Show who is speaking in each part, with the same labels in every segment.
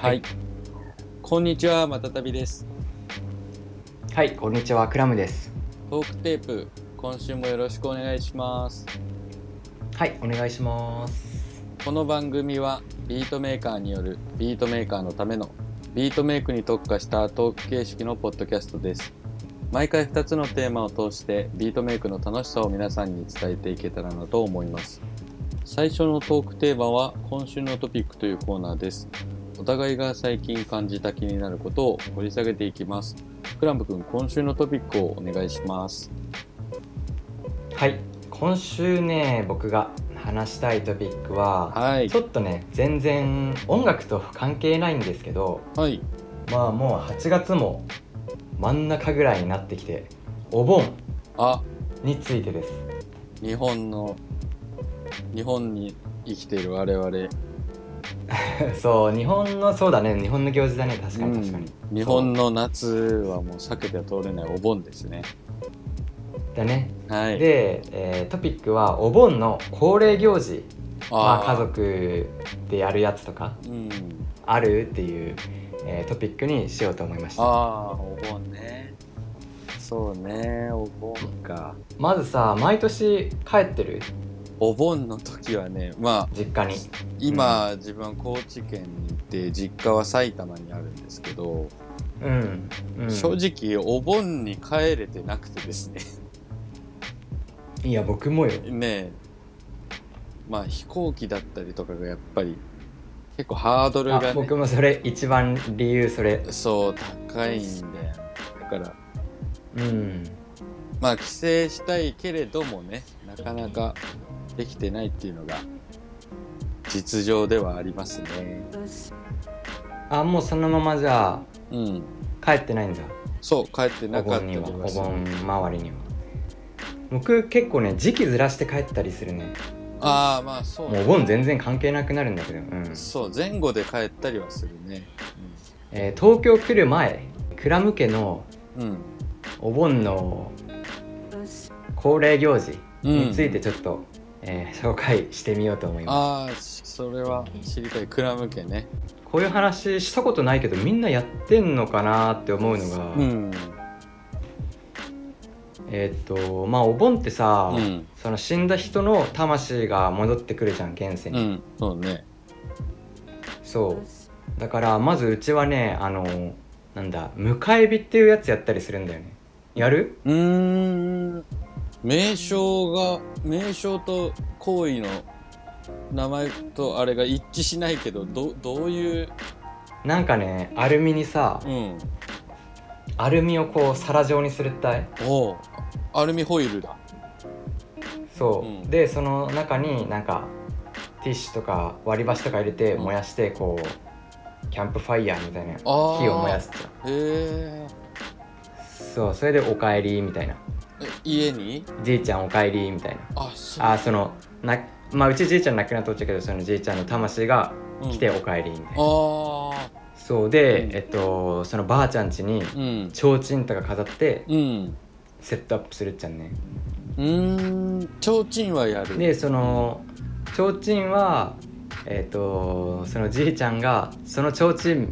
Speaker 1: はい。こんにちは、またたびです。
Speaker 2: はい、こんにちは、クラムです。
Speaker 1: トークテープ、今週もよろしくお願いします。
Speaker 2: はい、お願いします。
Speaker 1: この番組はビートメーカーによるビートメーカーのためのビートメイクに特化したトーク形式のポッドキャストです。毎回2つのテーマを通してビートメイクの楽しさを皆さんに伝えていけたらなと思います。最初のトークテーマは今週のトピックというコーナーです。お互いが最近感じた気になることを掘り下げていきます。クランプ君、今週のトピックをお願いします。
Speaker 2: はい、今週ね、僕が話したいトピックは、
Speaker 1: はい
Speaker 2: ち。ょっとね、全然音楽と関係ないんですけど、
Speaker 1: はい。
Speaker 2: まあもう8月も真ん中ぐらいになってきて、お盆
Speaker 1: あ、
Speaker 2: についてです。
Speaker 1: 日本の、日本に生きている我々、
Speaker 2: そう、日本の、そうだね、日本の行事だね、確かに確かに。
Speaker 1: うん日本の夏はもう避けては通れないお盆ですね
Speaker 2: だね。
Speaker 1: はい
Speaker 2: で、えートピックは、お盆の恒例行事、まあ家
Speaker 1: ー
Speaker 2: 族でやるやつとか、
Speaker 1: うん
Speaker 2: あるっていう、えートピックにしようと思いました
Speaker 1: ああーお盆ねそうねお盆か
Speaker 2: まずさ毎年帰ってる
Speaker 1: お盆の時はねまあ
Speaker 2: 実家に
Speaker 1: 今、自分は高知県にいて実家は埼玉にあるんですけど、
Speaker 2: うん、うん、
Speaker 1: 正直お盆に帰れてなくてですね
Speaker 2: いや僕もよ
Speaker 1: ねえまあ飛行機だったりとかがやっぱり結構ハードルが、ね
Speaker 2: あ、僕もそれ一番理由それ
Speaker 1: そう高いんだよだから
Speaker 2: うん
Speaker 1: まあ帰省したいけれどもねなかなかできてないっていうのが実情ではありますね
Speaker 2: あもうそのままじゃあ
Speaker 1: うん
Speaker 2: 帰ってないんだ
Speaker 1: そう帰ってな
Speaker 2: お
Speaker 1: か
Speaker 2: 盆
Speaker 1: った
Speaker 2: に
Speaker 1: り
Speaker 2: は
Speaker 1: は
Speaker 2: お
Speaker 1: する
Speaker 2: 盆周りには僕結構ね時期ずらして帰ったりするね
Speaker 1: ああまあそう
Speaker 2: もうお盆全然関係なくなるんだけど、うん
Speaker 1: そう前後で帰ったりはするね
Speaker 2: えー東京来る前クラム家の
Speaker 1: うん、
Speaker 2: お盆の恒例行事
Speaker 1: うん
Speaker 2: についてちょっと、えー紹介してみようと思いま
Speaker 1: ああそれは知りたいクラム家ね
Speaker 2: すこういう話したことないけどみんなやってんのかなって思うのが、
Speaker 1: うん
Speaker 2: えーっとまあお盆ってさ、
Speaker 1: うん
Speaker 2: その死んだ人の魂が戻ってくるじゃん現世
Speaker 1: う
Speaker 2: に、
Speaker 1: んそうね
Speaker 2: そうだからまずうちはねあのなんだ迎え火っていうやつやったりするんだよねやる
Speaker 1: うーん名称が名称と行為の名前とあれが一致しないけどどどういう
Speaker 2: なんかねアルミにさ
Speaker 1: うん
Speaker 2: アルミをこう皿状にするったい
Speaker 1: おうアルミホイルだ
Speaker 2: そう、
Speaker 1: うん
Speaker 2: でその中になんかティッシュとか割り箸とか入れて
Speaker 1: うん
Speaker 2: 燃やしてこうキャンプファイヤーみたいな
Speaker 1: あー
Speaker 2: 火を燃やすっちゃ
Speaker 1: へえ
Speaker 2: うそうそれで「おかえり」みたいな
Speaker 1: え家に
Speaker 2: 「じいちゃんおかえり」みたいな
Speaker 1: あそう
Speaker 2: あーそのなまあうちじいちゃん亡くなっとっちゃうけどそのじいちゃんの魂が来て「
Speaker 1: うん、あ
Speaker 2: おかえり」みたいな、
Speaker 1: あ
Speaker 2: そうで、
Speaker 1: うん
Speaker 2: えっとそのばあちゃん家に
Speaker 1: うん
Speaker 2: 提灯とか飾って
Speaker 1: うん
Speaker 2: セットアップするっちゃんね
Speaker 1: うーん提灯はやる
Speaker 2: でその提灯はえっ、とそのじいちゃんがその提灯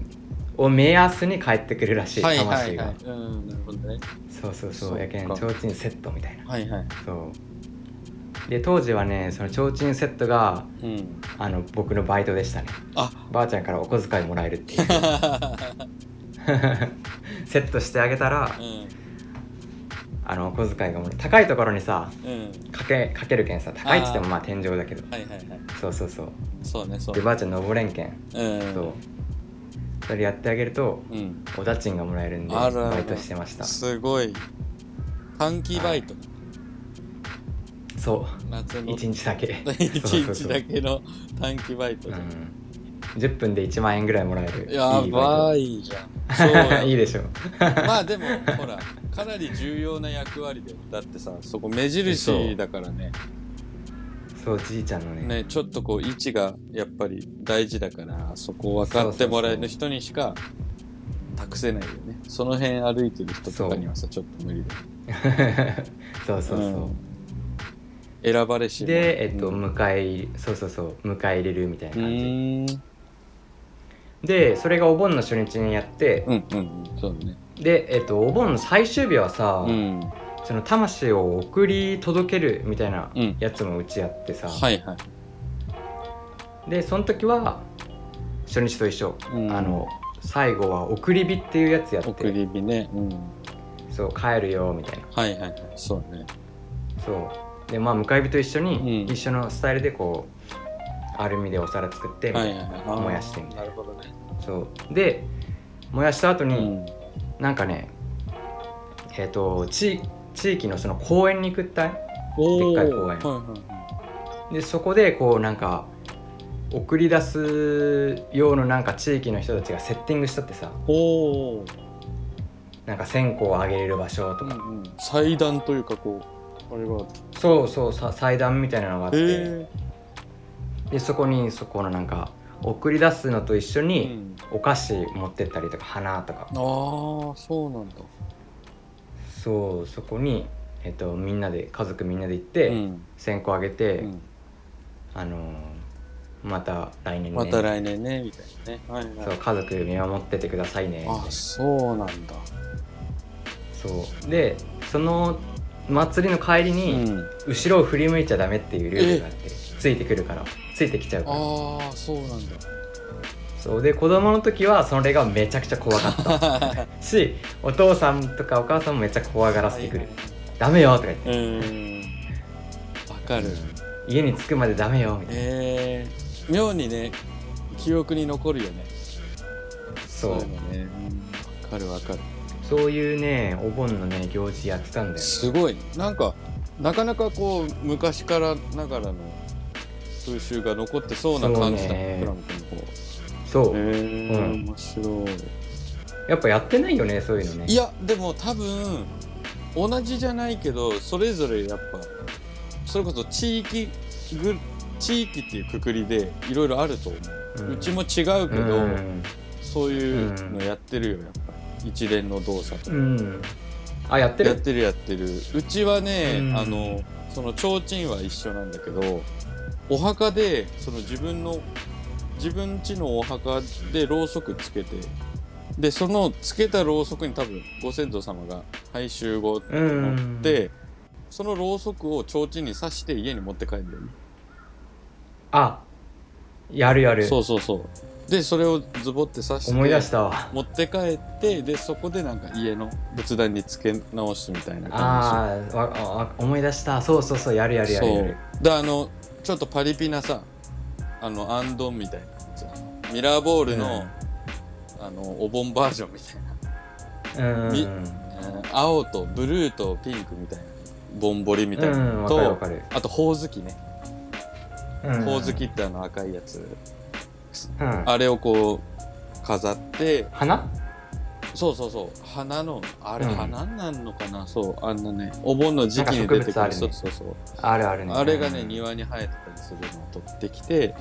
Speaker 2: を目安に帰ってくるらしい
Speaker 1: はい
Speaker 2: 魂が、
Speaker 1: はいはいうんなるほどね
Speaker 2: そうそうそう
Speaker 1: そっか
Speaker 2: やけん提灯セットみたいな
Speaker 1: はいはい
Speaker 2: そうで当時はねその提灯セットが
Speaker 1: うん
Speaker 2: あの僕のバイトでしたね
Speaker 1: あ
Speaker 2: ばあちゃんからお小遣いもらえるっていう セットしてあげたら
Speaker 1: うん
Speaker 2: あのお小遣いがもら高いところにさ
Speaker 1: うん
Speaker 2: かけかけるけんさ高いっつってもまあ天井だけど
Speaker 1: はいはいはい
Speaker 2: そうそうそう
Speaker 1: そうねそう
Speaker 2: で
Speaker 1: ね
Speaker 2: ばあちゃん登れんけん
Speaker 1: うん
Speaker 2: そうそれやってあげると
Speaker 1: うん
Speaker 2: お駄賃がもらえるんで
Speaker 1: あらら
Speaker 2: バイトしてました
Speaker 1: すごい短期バイト、
Speaker 2: そ
Speaker 1: 夏
Speaker 2: う
Speaker 1: の
Speaker 2: 1日だけ
Speaker 1: 一
Speaker 2: そうそうそ
Speaker 1: 日
Speaker 2: う
Speaker 1: だけの短期バイト
Speaker 2: う
Speaker 1: で、
Speaker 2: ん10分で1万円ぐらいもらえる
Speaker 1: や
Speaker 2: いい
Speaker 1: ば
Speaker 2: バイ
Speaker 1: いじゃん
Speaker 2: ト
Speaker 1: そう や
Speaker 2: いいでしょ
Speaker 1: まあでもほらかなり重要な役割でだってさそこ目印だからね
Speaker 2: そうじいちゃんのね
Speaker 1: ねちょっとこう位置がやっぱり大事だからそこを分かってもらえる人にしか託せないよねその辺歩いてる人とかにはさちょっと無理だよ
Speaker 2: そうそうそう、
Speaker 1: うん選ばれし者
Speaker 2: でえっと
Speaker 1: うん
Speaker 2: 迎え入れそうそうそう迎え入れるみたいな
Speaker 1: う
Speaker 2: 感じ
Speaker 1: ーん
Speaker 2: でそれがお盆の初日にやって、
Speaker 1: うんうんうんそうだね
Speaker 2: で、えっとお盆の最終日はさ、
Speaker 1: うん
Speaker 2: その魂を送り届けるみたいな
Speaker 1: うん
Speaker 2: やつもうちやってさ、
Speaker 1: はいはい
Speaker 2: でその時は初日と一緒、
Speaker 1: うん
Speaker 2: あの最後は送り火っていうやつやっ
Speaker 1: 送
Speaker 2: て
Speaker 1: り火ねうん
Speaker 2: そう帰るよみたいな
Speaker 1: はいはいはいそうね
Speaker 2: そうでまあ迎え火と一緒に
Speaker 1: うん
Speaker 2: 一緒のスタイルでこうアルミでお皿作って、
Speaker 1: はいはいはいあー
Speaker 2: 燃やしてみたいな
Speaker 1: なるほどね
Speaker 2: そうで燃やした後
Speaker 1: う
Speaker 2: に、
Speaker 1: ん
Speaker 2: なんかねえっ、と地地域のその公園に行くったい
Speaker 1: おー
Speaker 2: でっかい公園
Speaker 1: はいは
Speaker 2: でそこでこうなんか送り出す用のなんか地域の人たちがセッティングしたってさ
Speaker 1: いおお
Speaker 2: なんか線香をあげれる場所とか、
Speaker 1: 祭壇というかこうあれが
Speaker 2: そうそうさ祭壇みたいなのがあって、
Speaker 1: へ
Speaker 2: でそこにそこのなんか送り出すのと一緒
Speaker 1: え、う
Speaker 2: に
Speaker 1: ん、
Speaker 2: お菓子持ってったりとか花とか
Speaker 1: ああそうなんだ、
Speaker 2: そうそこに、えっとみんなで家族みんなで行って、
Speaker 1: うん
Speaker 2: 線香あげて、
Speaker 1: うん
Speaker 2: あのーまた来年ね
Speaker 1: また来年ねみたいなねはい
Speaker 2: そ
Speaker 1: は
Speaker 2: う
Speaker 1: い
Speaker 2: 家族見守っててくださいね
Speaker 1: あそうなんだ
Speaker 2: そうでその祭りの帰り
Speaker 1: う
Speaker 2: に、
Speaker 1: ん
Speaker 2: 後ろを振り向いちゃダメっていうルールがあってついてくるからついてきちゃうから
Speaker 1: ああそうなんだ
Speaker 2: そうで子供の時はそれがめちゃくちゃ怖かっ たしお父さんとかお母さんもめちゃ怖がらせてくる「ダメよ」とか言って
Speaker 1: うんわかる
Speaker 2: 家に着くまでダメよみたい
Speaker 1: えー、妙にね記憶に残るよね
Speaker 2: なそう
Speaker 1: いうのねうんわかるわかる
Speaker 2: そういうねお盆のね行事やってたんだよ
Speaker 1: すごいなんかなかなかこう昔からながらの風習が残ってそうな感じ
Speaker 2: そ
Speaker 1: だ
Speaker 2: うね
Speaker 1: クラム君の方
Speaker 2: そ
Speaker 1: へ
Speaker 2: う
Speaker 1: え
Speaker 2: うん
Speaker 1: 面白
Speaker 2: やっぱやってないよねそういうのね
Speaker 1: いいやでも多分同じじゃないけどそれぞれやっぱそれこそ地域ぐ地域っていうくくりでいろいろあると思う、うちも違うけど、
Speaker 2: うん
Speaker 1: そういうのやってるよやっぱり一連の動作とか
Speaker 2: うんあやってる
Speaker 1: やってるやってるうちはね、
Speaker 2: うん
Speaker 1: あのその提灯は一緒なんだけどお墓でその自分の自分家のお墓でろうそくつけてでそのつけたろうそくに多分ご先祖様が拝集後って乗って、そのろうそくを提灯に刺して家に持って帰るんだよね
Speaker 2: あやるやる
Speaker 1: そうそうそうでそれをズボって刺して
Speaker 2: 思い出したわ
Speaker 1: 持って帰ってでそこでなんか家の仏壇につけ直すみたいな感じ
Speaker 2: あーわあ思い出したそうそうそうやるやるやるやる
Speaker 1: そうであのちょっとパリピなさあのアンドンみたいなやつミラーボールの,、あのお盆バージョンみたいな
Speaker 2: うん
Speaker 1: みえー青とブルーとピンクみたいなぼんぼりみたいな
Speaker 2: う
Speaker 1: の
Speaker 2: んわ
Speaker 1: と、
Speaker 2: かるわかる
Speaker 1: あとほおずきね
Speaker 2: うん
Speaker 1: ほおずきってあの赤いやつ、
Speaker 2: うん
Speaker 1: あれをこう飾って
Speaker 2: 花
Speaker 1: そうそうそう花のあれ、
Speaker 2: うん
Speaker 1: 花になんのかなそうあのねお盆の時期に出てく
Speaker 2: なんか植物あ
Speaker 1: る
Speaker 2: るね
Speaker 1: そうそうそう
Speaker 2: あるあるね
Speaker 1: あれがね庭に生えてたりするのを取ってきて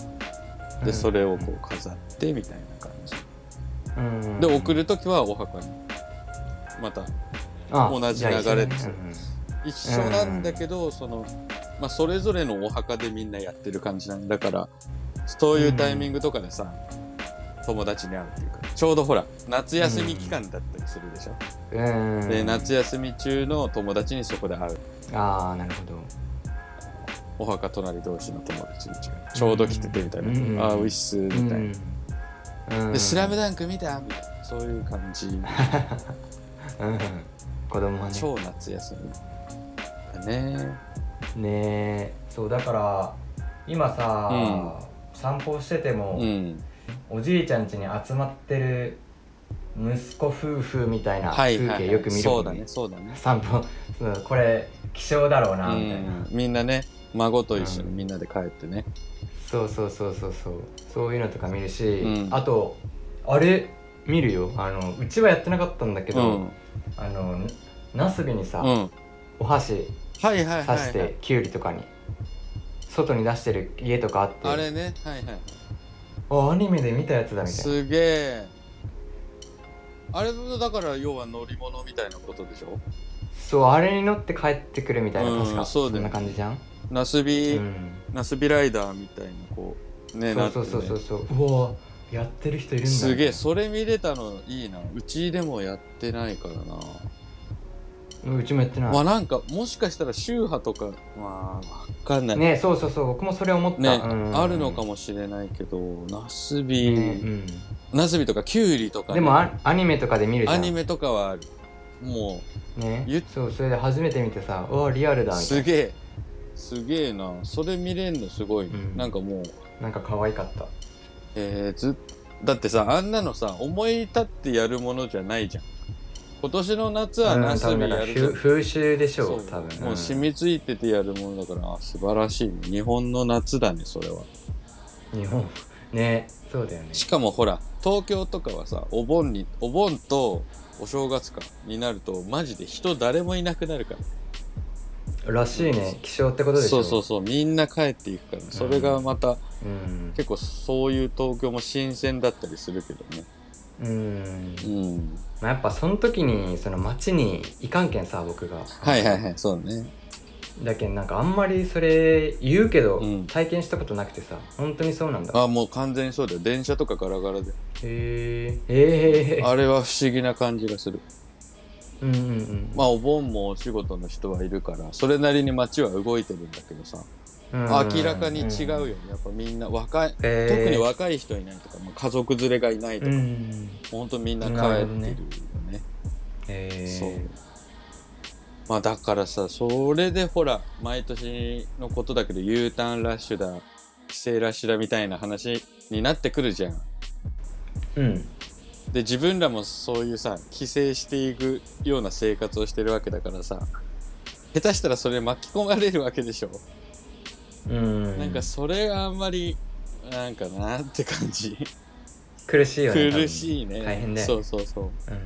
Speaker 1: でそれをこう飾ってみたいな感じ
Speaker 2: うん、うん
Speaker 1: で送る時はお墓にまた
Speaker 2: あ
Speaker 1: 同じ
Speaker 2: ゃあ一緒
Speaker 1: 流れ
Speaker 2: だね
Speaker 1: 一緒なんだけどその、まあ、それぞれのお墓でみんなやってる感じなんだからそういうタイミングとかでさ友達に会うっていうかちょうどほら夏休み期間だったりするでしょ、
Speaker 2: うんうん
Speaker 1: で夏休み中の友達にそこで会う
Speaker 2: ああなるほど
Speaker 1: お墓隣同士の友達にちょうど来ててみたいな「
Speaker 2: うん
Speaker 1: ああウィッス」みたいな。
Speaker 2: うんうん
Speaker 1: で「スラムダンク見た?」みたいなそういう感じ
Speaker 2: うん子供はね
Speaker 1: 超夏休みだね
Speaker 2: ねえそうだから今さ、散歩してても、
Speaker 1: うん
Speaker 2: おじいちゃん家に集まってる息子夫婦みたいな
Speaker 1: はい
Speaker 2: 風
Speaker 1: はい、
Speaker 2: 景
Speaker 1: はい、
Speaker 2: よく見る
Speaker 1: そ
Speaker 2: も
Speaker 1: うんだねそうだね
Speaker 2: 散歩そうこれ気象だろうなみたいな、
Speaker 1: うんみんなね孫と一緒に
Speaker 2: うん
Speaker 1: みんなで帰ってね、
Speaker 2: そうそうそうそうそうそういうのとか見るし、
Speaker 1: うん
Speaker 2: あとあれ見るよあのうちはやってなかったんだけ
Speaker 1: う
Speaker 2: ど、
Speaker 1: んうん
Speaker 2: あのなすびにさ、お箸
Speaker 1: はいはいはい、
Speaker 2: 刺
Speaker 1: は
Speaker 2: し
Speaker 1: い、
Speaker 2: てきゅうりとかに外に出してる家とかあって
Speaker 1: あれねはいはい
Speaker 2: あアニメで見たやつだみたいな
Speaker 1: すげえあれもだから要は乗り物みたいなことでしょ
Speaker 2: そうあれに乗って帰ってくるみたいな
Speaker 1: うん
Speaker 2: 確か、
Speaker 1: そう
Speaker 2: そ
Speaker 1: だよ
Speaker 2: んな感じじゃん、
Speaker 1: ナスビ、
Speaker 2: うん
Speaker 1: ナスビライダーみたいなこうね
Speaker 2: そうそうそうそう
Speaker 1: なって
Speaker 2: そううわやってる人いるんだ
Speaker 1: すげえそれ見れたのいいなうちでもやってないからな
Speaker 2: うんうちもやってない、
Speaker 1: まあなんかもしかしたら宗派とかまあわかんないね
Speaker 2: ねそうそうそう僕もそれ思った、うん
Speaker 1: あるのかもしれないけどなすび、
Speaker 2: ね
Speaker 1: なすびとかきゅうりとか
Speaker 2: うん、
Speaker 1: ね、
Speaker 2: でもアアニメとかで見るじゃん
Speaker 1: アニメとかはあるもゆ
Speaker 2: ねそうそれで初めて見てさおおリアル
Speaker 1: う
Speaker 2: だみた
Speaker 1: す
Speaker 2: い
Speaker 1: げえすげえなそれ見れんのすごい、
Speaker 2: うん
Speaker 1: なんかもう
Speaker 2: ななんか可愛かった
Speaker 1: えー、ずだってさあんなのさ思い立ってやるものじゃないじゃん今年の夏は
Speaker 2: うん
Speaker 1: なす
Speaker 2: 多
Speaker 1: び
Speaker 2: 分だから
Speaker 1: やる
Speaker 2: ふ
Speaker 1: じゃん
Speaker 2: 風習でしょ
Speaker 1: そう
Speaker 2: う多分
Speaker 1: もう染
Speaker 2: ん
Speaker 1: みついててやるものだからあ素晴らしいね日本の夏だねそれは
Speaker 2: 日本ねそうだよね
Speaker 1: しかもほら東京とかはさお盆にお盆とお正月かになるとマジで人誰もいなくなるから
Speaker 2: らしいね気象ってことでし
Speaker 1: そ
Speaker 2: ょ
Speaker 1: うそうそうみんな帰っていくからそれがまた、
Speaker 2: うん、
Speaker 1: 結構そういう東京も新鮮だったりするけどね
Speaker 2: うん
Speaker 1: うん
Speaker 2: まあ、やっぱその時にその街に行かんけんさ僕が
Speaker 1: はいはいはいそうね
Speaker 2: だけんなんかあんまりそれ言うけど、
Speaker 1: うん
Speaker 2: 体験したことなくてさ本当にそうなんだ
Speaker 1: あもう完全にそうだよ電車とかガラガラで
Speaker 2: へえへえ
Speaker 1: あれは不思議な感じがする
Speaker 2: うんうんうん、
Speaker 1: まあお盆もお仕事の人はいるからそれなりに街は動いてるんだけどさ
Speaker 2: うん
Speaker 1: 明らかに違うよねやっぱみんな若い
Speaker 2: へー
Speaker 1: 特に若い人いないとか、まあ、家族連れがいないと
Speaker 2: う
Speaker 1: か、
Speaker 2: んう
Speaker 1: もうん本当みんな帰ってるよね
Speaker 2: なるへえ
Speaker 1: そうまあだからさそれでほら毎年のことだけど U ターンラッシュだ帰省ラッシュだみたいな話になってくるじゃん
Speaker 2: うん
Speaker 1: で自分らもそういうさ帰省していくような生活をしてるわけだからさ下手したらそれ巻き込まれるわけでしょ、
Speaker 2: うん
Speaker 1: なんかそれがあんまりなんかなって感じ
Speaker 2: 苦しいよね
Speaker 1: 苦しいね
Speaker 2: 大変だよ
Speaker 1: そ
Speaker 2: ね
Speaker 1: うそうそう
Speaker 2: 多分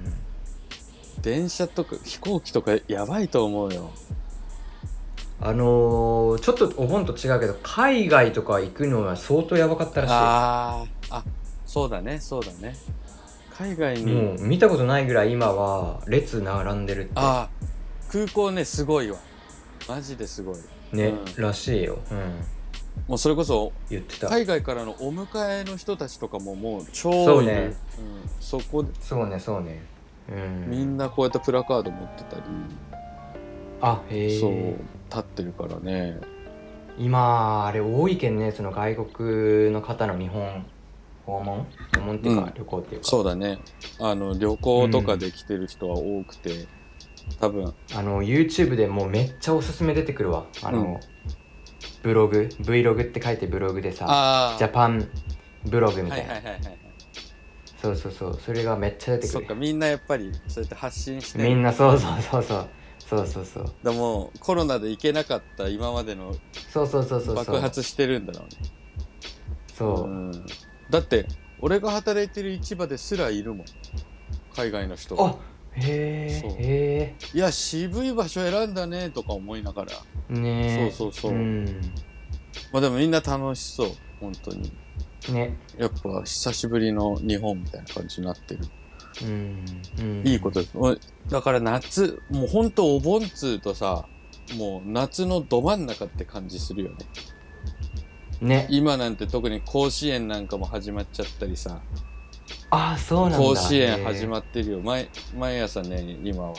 Speaker 1: 電車とか飛行機とかやばいと思うよ
Speaker 2: うん、あのー、ちょっとお盆と違うけど海外とか行くのは相当やばかったら
Speaker 1: あーあそうだねそうだね海外
Speaker 2: しい
Speaker 1: に、
Speaker 2: もう見たことないぐらい今は列並んでるって
Speaker 1: ああ空港ねすごいわマジですごい
Speaker 2: ね、
Speaker 1: うん
Speaker 2: らしいよ、うん、
Speaker 1: もうそれこそ
Speaker 2: 言ってた
Speaker 1: 海外からのお迎えの人たちとかももう
Speaker 2: そ
Speaker 1: 超
Speaker 2: う
Speaker 1: い
Speaker 2: ね
Speaker 1: るうん、そこで
Speaker 2: そうねそうねうん
Speaker 1: みんなこうやってプラカード持ってたり、
Speaker 2: あへえ
Speaker 1: そう立ってるからね
Speaker 2: 今あれ多いけんねその外国の方の日本訪問訪問っていうか、
Speaker 1: うん
Speaker 2: 旅行っていうか
Speaker 1: そうだねあの旅行とかで来てる人は多くて、多分
Speaker 2: あの YouTube でもうめっちゃおすすめ出てくるわあの、
Speaker 1: うん
Speaker 2: ブログ Vlog って書いてブログでさ
Speaker 1: あ
Speaker 2: ジャパンブログみ
Speaker 1: は
Speaker 2: た
Speaker 1: い
Speaker 2: い
Speaker 1: はい
Speaker 2: な、
Speaker 1: はいはい
Speaker 2: そうそうそうそれがめっちゃ出て
Speaker 1: そ
Speaker 2: く
Speaker 1: っか
Speaker 2: る
Speaker 1: みんなやっぱりそうやって発信して
Speaker 2: みんなそうそうそうそうそうそうそう
Speaker 1: でもコロナで行けなかった今までの
Speaker 2: そうそうそうそう
Speaker 1: 爆発してるんだろうね
Speaker 2: そう、
Speaker 1: うんだって俺が働いてる市場ですらいるもん海外の人
Speaker 2: あへ
Speaker 1: そう
Speaker 2: えへ
Speaker 1: いや渋い場所選んだねとか思いながら
Speaker 2: えねえ
Speaker 1: そうそうそう
Speaker 2: うん
Speaker 1: まあでもみんな楽しそう本当に
Speaker 2: ね
Speaker 1: やっぱ久しぶりの日本みたいな感じになってる
Speaker 2: うん、うん、
Speaker 1: いいことですおいだから夏もう本当お盆っつうとさもう夏のど真ん中って感じするよね
Speaker 2: ね
Speaker 1: 今なんて特に甲子園なんかも始まっちゃったりさ
Speaker 2: ああそうなんだ
Speaker 1: 甲子園始ま
Speaker 2: っ
Speaker 1: ってるよ毎毎朝ね今は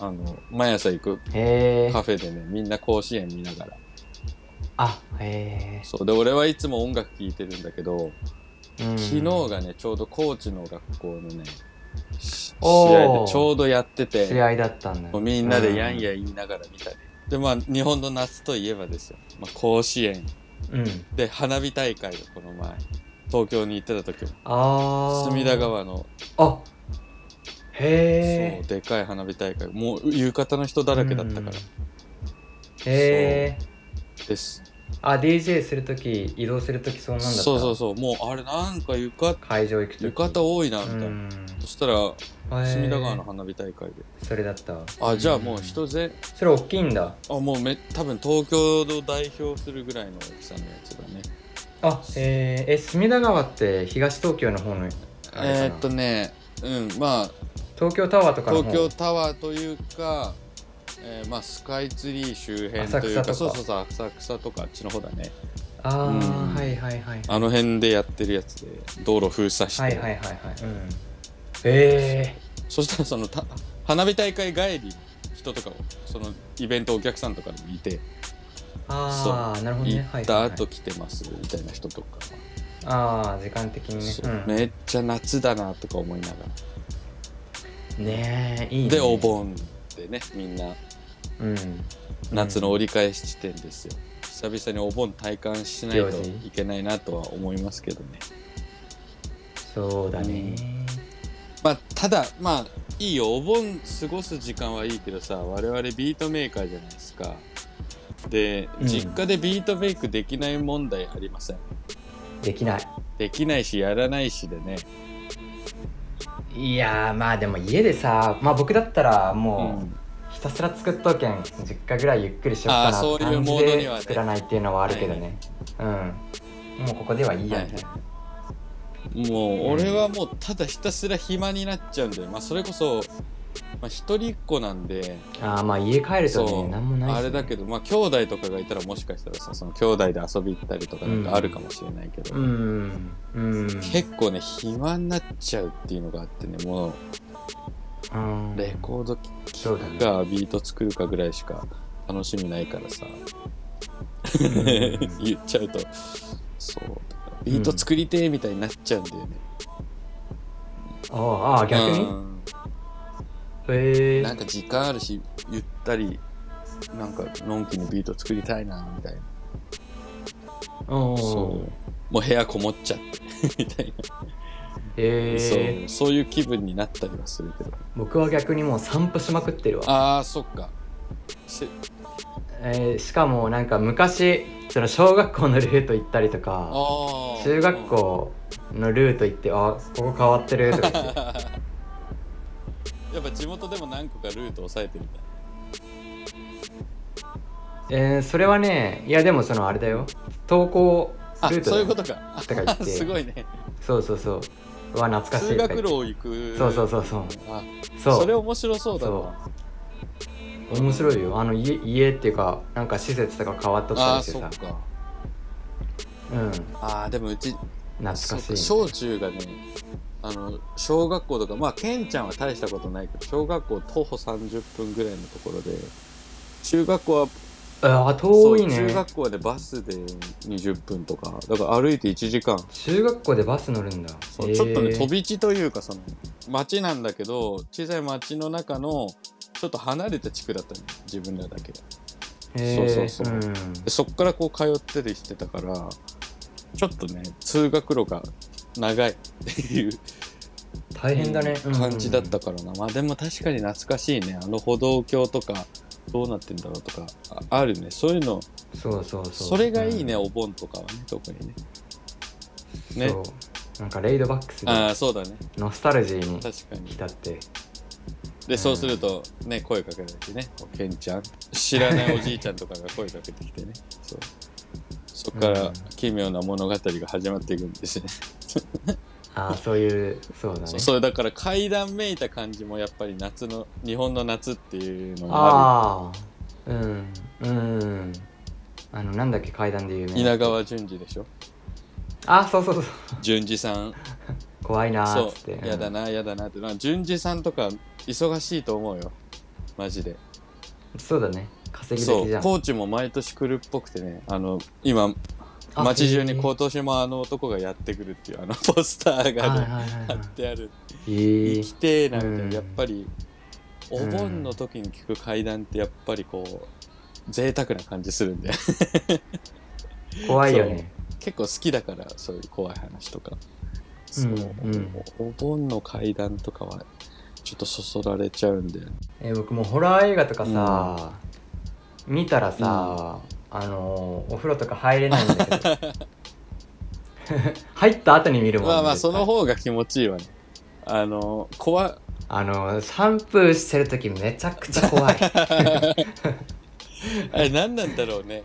Speaker 1: あの毎朝行く
Speaker 2: へえ
Speaker 1: カフェでねみんな甲子園見ながら
Speaker 2: あへ
Speaker 1: そうで俺はいつも音楽聴いてるんだけど
Speaker 2: え、うん
Speaker 1: 昨日がねちょうど高知の学校のねし試
Speaker 2: おー
Speaker 1: 合でちょうどやって
Speaker 2: 試
Speaker 1: て
Speaker 2: 合だったんだ
Speaker 1: もうみんなでやんや言いながら見たり、でまあ日本の夏といえばですよ、まあ、甲子園
Speaker 2: うん、うん
Speaker 1: で花火大会をこの前東京に行ってた時
Speaker 2: ああ
Speaker 1: 隅田川の
Speaker 2: あへえ
Speaker 1: そうでかい花火大会もう浴衣の人だらけだったから
Speaker 2: うんへえ
Speaker 1: です、
Speaker 2: あ DJ するとき移動するときそうなんだった
Speaker 1: そうそう
Speaker 2: う
Speaker 1: そうもうあれなんか浴衣
Speaker 2: 会場行くとき
Speaker 1: 浴衣多いなみたいな、
Speaker 2: うん
Speaker 1: そしたら
Speaker 2: へえ
Speaker 1: 隅田川の花火大会で
Speaker 2: それだったわ
Speaker 1: あじゃあもう人全
Speaker 2: それ大きいんだ
Speaker 1: あもうめ多分東京を代表するぐらいの大きさのやつだね
Speaker 2: あへええ隅田川って東東京の方のあれかな、
Speaker 1: えーっとねうんまあ
Speaker 2: 東京タワーとかの方
Speaker 1: 東京タワーというか、えーまあスカイツリー周辺というか
Speaker 2: 浅草とか
Speaker 1: そうそうそう浅草とかあっちの方だね
Speaker 2: あああ、
Speaker 1: うん
Speaker 2: はいはいはい
Speaker 1: あの辺でやってるやつで道路封鎖して、
Speaker 2: はいはいはいはい、うん、え
Speaker 1: そしたらそのた花火大会帰り人とかをそのイベントお客さんとかで見て
Speaker 2: ー、ああなるほど
Speaker 1: 行
Speaker 2: ねはいは
Speaker 1: った
Speaker 2: いはい
Speaker 1: 後来てますみたいな人とか、
Speaker 2: ああ時間的にね
Speaker 1: そう
Speaker 2: うん
Speaker 1: めっちゃ夏だなとか思いなが
Speaker 2: ねえいい
Speaker 1: ら
Speaker 2: ね
Speaker 1: でお盆でねみんな
Speaker 2: うん
Speaker 1: 夏の折り返し地点ですよ、久々にお盆体感しないと
Speaker 2: 行事
Speaker 1: いけないなとは思いますけどね
Speaker 2: そうだね、
Speaker 1: まあただまあいいよお盆過ごす時間はいいけどさ我々ビートメーカーじゃないですかで
Speaker 2: うん
Speaker 1: 実家でビートメイクできない問題ありません、
Speaker 2: できない
Speaker 1: できないしやらないしでね
Speaker 2: いやーまあでも家でさまあ僕だったら
Speaker 1: う
Speaker 2: も
Speaker 1: ん
Speaker 2: うひたすら作っとけん実家ぐらいゆっくりしよう
Speaker 1: あ
Speaker 2: か
Speaker 1: ー
Speaker 2: な
Speaker 1: そ
Speaker 2: っ
Speaker 1: ういう
Speaker 2: て感じ
Speaker 1: モードにはね
Speaker 2: で作らないっていうのはあるけどねうんもうここではいいやみたいな
Speaker 1: もう俺はもうただひたすら暇になっちゃうんだよ、まあ、それこそ、まあ、一人っ子なんで
Speaker 2: あーまあ家帰ると
Speaker 1: そ
Speaker 2: ね
Speaker 1: う
Speaker 2: なんもないしね
Speaker 1: あれだけどまあ兄弟とかがいたらもしかしたらさその兄弟で遊び行ったりとかなんかあるかもしれないけど、
Speaker 2: うんうん
Speaker 1: 結構ね暇になっちゃうっていうのがあってねもう
Speaker 2: うん
Speaker 1: レコード聴
Speaker 2: そうだね
Speaker 1: くかビート作るかぐらいしか楽しみないからさ 言っちゃうとそうビート作りてえみたいになっちゃうんだよね、
Speaker 2: あー あー逆に
Speaker 1: うん
Speaker 2: へえ
Speaker 1: なんか時間あるしゆったりなんかのんきにビート作りたいなみたいなそうもう部屋こもっちゃって みたいな、
Speaker 2: へえ
Speaker 1: そうそういう気分になったりはするけど
Speaker 2: 僕は逆にもう散歩しまくってるわ
Speaker 1: あーそっかし
Speaker 2: えーしかもなんか昔その小学校のルート行ったりとか
Speaker 1: あー
Speaker 2: 中学校のルート行ってあここ変わってるとか言って
Speaker 1: やっぱ地元でも何個かルート押さえてみたい
Speaker 2: えーそれはねいやでもそのあれだよ投稿
Speaker 1: あ
Speaker 2: ルート
Speaker 1: そう
Speaker 2: だ
Speaker 1: い
Speaker 2: よ
Speaker 1: うことか
Speaker 2: とか言って
Speaker 1: すごいね
Speaker 2: そうそうそううわ懐かしい
Speaker 1: 通
Speaker 2: とか言
Speaker 1: 学
Speaker 2: って
Speaker 1: 路を行く
Speaker 2: そうそうそうそう
Speaker 1: あ
Speaker 2: そ
Speaker 1: そうれ面白そうだ
Speaker 2: そ
Speaker 1: な
Speaker 2: う面白いよあの家家っていうかなんか施設とか変わっとった
Speaker 1: あ
Speaker 2: り
Speaker 1: ー
Speaker 2: して
Speaker 1: そ
Speaker 2: さ
Speaker 1: っか
Speaker 2: うん
Speaker 1: あーでもうち
Speaker 2: 懐かしい
Speaker 1: そうか小中がねあの小学校とかまあケンちゃんは大したことないけど小学校徒歩30分ぐらいのところで中学校は、
Speaker 2: あー遠
Speaker 1: そう
Speaker 2: い
Speaker 1: 中
Speaker 2: ね
Speaker 1: 学校はねバスで20分とかだから歩いて1時間
Speaker 2: 中学校でバス乗るんだ
Speaker 1: そうちょっとね
Speaker 2: えー
Speaker 1: 飛び地というかその町なんだけど小さい町の中のちょっと離れた地区だったね自分らだけで
Speaker 2: へー
Speaker 1: そうそうそうんそっからこう通ってりしてたからちょっとね通学路が長いっていう
Speaker 2: 大変だね、うん
Speaker 1: 感じだったからな、まあでも確かに懐かしいねあの歩道橋とかどうなってんだろうとかああるねそういうの
Speaker 2: そうそうそう
Speaker 1: それがいいね、
Speaker 2: うん
Speaker 1: お盆とかはね特にねね
Speaker 2: そうなんかレイドバックスで
Speaker 1: ああそうだね
Speaker 2: ノスタルジーに
Speaker 1: 確かに
Speaker 2: 浸って
Speaker 1: でそうするとね声かけられてねこうケンちゃん知らないおじいちゃんとかが声かけてきてねそうそこか
Speaker 2: う
Speaker 1: ら
Speaker 2: ん
Speaker 1: 奇妙な物語が始まっていくんですね
Speaker 2: ああそういうそうだね
Speaker 1: そうそれだから階段めいた感じもやっぱり夏の日本の夏っていうのが
Speaker 2: あ
Speaker 1: あ
Speaker 2: あうんうんあのなんだっけ階段で有名
Speaker 1: る稲川淳二でしょ
Speaker 2: あそうそうそう
Speaker 1: 淳二さん
Speaker 2: 怖いなー
Speaker 1: そ
Speaker 2: っつって
Speaker 1: うやだなやだなってな淳二さんとか忙しいと思うよマジで
Speaker 2: うんそうだね稼ぎ
Speaker 1: そ
Speaker 2: 時じ
Speaker 1: う
Speaker 2: ゃん
Speaker 1: 高知も毎年来るっぽくてねあの今
Speaker 2: あ
Speaker 1: 街中
Speaker 2: へ
Speaker 1: に
Speaker 2: ー
Speaker 1: 今年もあの男がやってくるっていうあの ポスター
Speaker 2: はい
Speaker 1: が
Speaker 2: はい
Speaker 1: ね
Speaker 2: はい
Speaker 1: 貼
Speaker 2: は
Speaker 1: ってある
Speaker 2: いへ
Speaker 1: 生きてえなみたい
Speaker 2: うん
Speaker 1: なやっぱりお盆の時に聞く階段ってやっぱりこう贅沢な感じするんで
Speaker 2: え怖いよね
Speaker 1: 結構好きだからそういう怖い話とかそう、
Speaker 2: うんうん
Speaker 1: お盆の階段とかはちょっとそそられちゃうんで
Speaker 2: えー僕もうホラー映画とかさ、見たらさ、あのーお風呂とか入れないんだけど 入った後に見るもん、ね、
Speaker 1: まあまあ
Speaker 2: 絶対
Speaker 1: その方が気持ちいいわねあの怖い
Speaker 2: あのーシャンプーしてる時めちゃくちゃ 怖い
Speaker 1: あれ何なんだろうね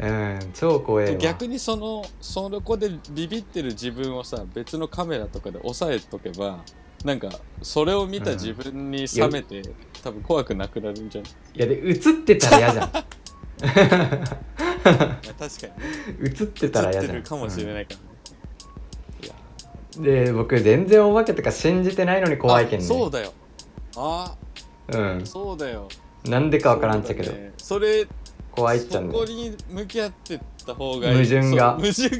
Speaker 2: うん超怖えわ
Speaker 1: 逆にそのそこでビビってる自分をさ別のカメラとかで押さえとけばなんかそれを見た自分に冷めて、多分怖くなくなるんじゃない
Speaker 2: いやで映ってたら嫌じゃん
Speaker 1: 確か
Speaker 2: 映ってたら
Speaker 1: に
Speaker 2: 嫌じ
Speaker 1: 映って
Speaker 2: ゃん
Speaker 1: るかもしれ
Speaker 2: い、
Speaker 1: ないから、
Speaker 2: うんで僕全然お化けとか信じてないのに怖いけん
Speaker 1: あ
Speaker 2: ね
Speaker 1: そうだよあ
Speaker 2: うん
Speaker 1: そうだよ
Speaker 2: なんでかわからんっちゃけど、
Speaker 1: そうだねそれ
Speaker 2: 怖いっちゃんね
Speaker 1: そこに向き合ってった方がいい
Speaker 2: 矛盾が
Speaker 1: そう矛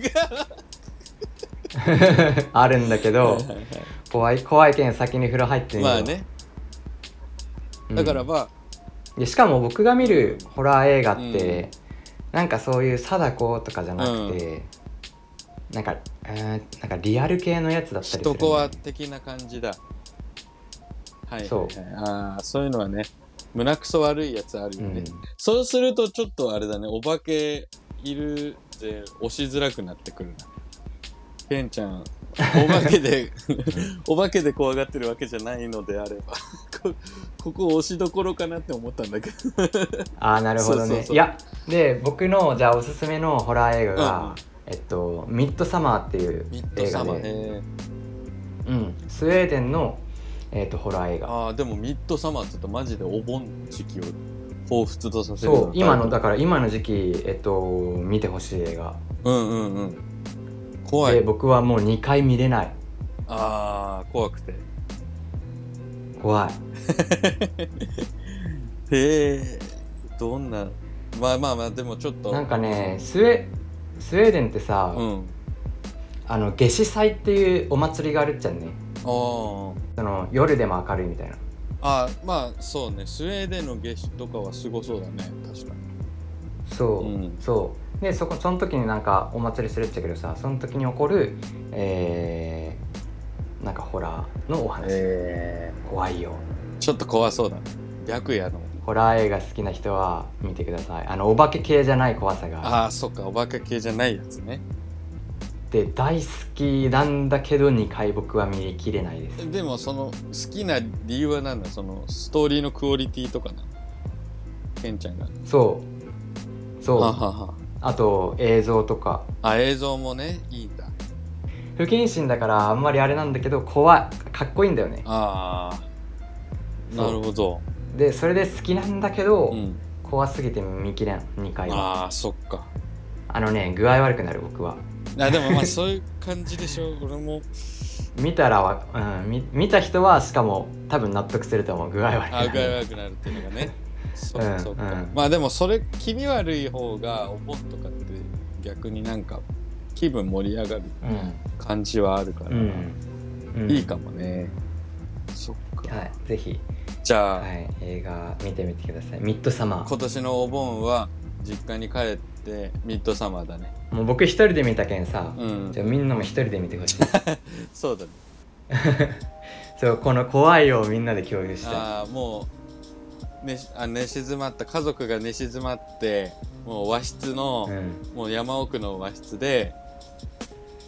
Speaker 1: 盾が
Speaker 2: あるんだけ ど
Speaker 1: はいはいはい
Speaker 2: 怖い怖いけん先に風呂入ってみよう
Speaker 1: まあ、ね
Speaker 2: うん
Speaker 1: だからま
Speaker 2: でしかも僕が見るホラー映画って、なんかそういう貞子とかじゃなくて、なんか、えーなんかリアル系のやつだっ
Speaker 1: あ
Speaker 2: たりする
Speaker 1: 人
Speaker 2: ね、
Speaker 1: コア的な感じだはい
Speaker 2: そう
Speaker 1: ああそういうのはね胸くそ悪いやつあるよね、そうするとちょっとあれだねお化けいるで押しづらくなってくるなケンちゃんお化け でお化けで怖がってるわけじゃないのであればこ ここ押しどころかなって思ったんだけど
Speaker 2: うん、ああなるほどね
Speaker 1: そうそうそ
Speaker 2: い
Speaker 1: う
Speaker 2: やで僕のじゃあおすすめのホラー映画が、
Speaker 1: うんうん
Speaker 2: えっと「ミッドサマー」っていう
Speaker 1: ミッド
Speaker 2: 映
Speaker 1: サ
Speaker 2: 画
Speaker 1: マー
Speaker 2: で、
Speaker 1: ね
Speaker 2: うん、スウェーデンの、えっとホラー映画
Speaker 1: ああでもミッドサマーちょっとマジでお盆時期を彷彿とさせるよ
Speaker 2: そう
Speaker 1: な
Speaker 2: 今のだから今の時期、えっと見てほしい映画、
Speaker 1: うんうんうん怖
Speaker 2: で
Speaker 1: い
Speaker 2: 僕はもう2回見れない
Speaker 1: ああ怖くてへ
Speaker 2: 怖い
Speaker 1: えどんなまあまあまあでもちょっと
Speaker 2: なんかねスウェスウェーデンってさ、
Speaker 1: うん
Speaker 2: あの夏至祭っていうお祭りがあるっちゃんね
Speaker 1: ああ
Speaker 2: その夜でも明るいみたいな
Speaker 1: あまあそうねスウェーデンの夏至とかはすごそうだね確かに
Speaker 2: そう、
Speaker 1: うん
Speaker 2: そうでそこその時になんかお祭りするっちゃけどさその時に起こるえー、なんかホラーのお話、怖いよ
Speaker 1: ちょっと怖そうだね白夜の
Speaker 2: ホラー映画好きな人は見てくださいあのお化け系じゃない怖さがあ
Speaker 1: ああそっかお化け系じゃないやつね
Speaker 2: って大好きなんだけど2回僕は見きれないです
Speaker 1: でもその好きな理由は何だそのストーリーのクオリティとかなケンちゃんが
Speaker 2: そう
Speaker 1: は
Speaker 2: そ
Speaker 1: は
Speaker 2: う
Speaker 1: は
Speaker 2: あと映像とか
Speaker 1: あ映像もねいいんだ
Speaker 2: 不謹慎だからあんまりあれなんだけど怖いかっこいいんだよね
Speaker 1: ああ
Speaker 2: そう
Speaker 1: なるほど
Speaker 2: でそれで好きなんだけど、
Speaker 1: うん
Speaker 2: 怖すぎて見切れん2回は
Speaker 1: ああそっか
Speaker 2: あのね具合悪くなる僕は
Speaker 1: あでもまあそういう感じでしょ 俺も
Speaker 2: 見たらわ、うん、み見た人はしかも多分納得すると思う具合悪く
Speaker 1: あ
Speaker 2: な
Speaker 1: 具合
Speaker 2: る
Speaker 1: 悪くなるっていうのがねそっ
Speaker 2: う
Speaker 1: か
Speaker 2: ん
Speaker 1: そっか、
Speaker 2: うん
Speaker 1: まあでもそれ気味悪い方がお盆とかって逆になんか気分盛り上がる感じはあるから、
Speaker 2: うん、うん、
Speaker 1: いいかもね、そっか
Speaker 2: はいぜひ、
Speaker 1: じゃあ、
Speaker 2: はい、映画見てみてくださいミッドサマー
Speaker 1: 今年のお盆は実家に帰ってミッドサマーだね
Speaker 2: もう僕一人で見たけんさ、
Speaker 1: うん
Speaker 2: じゃあみんなも一人で見てほしい
Speaker 1: そうだね
Speaker 2: そうこの怖いをみんなで共有した
Speaker 1: ああもう寝しあ寝静まった家族が寝静まってもう和室の
Speaker 2: い、、うん
Speaker 1: もう山奥の和室で、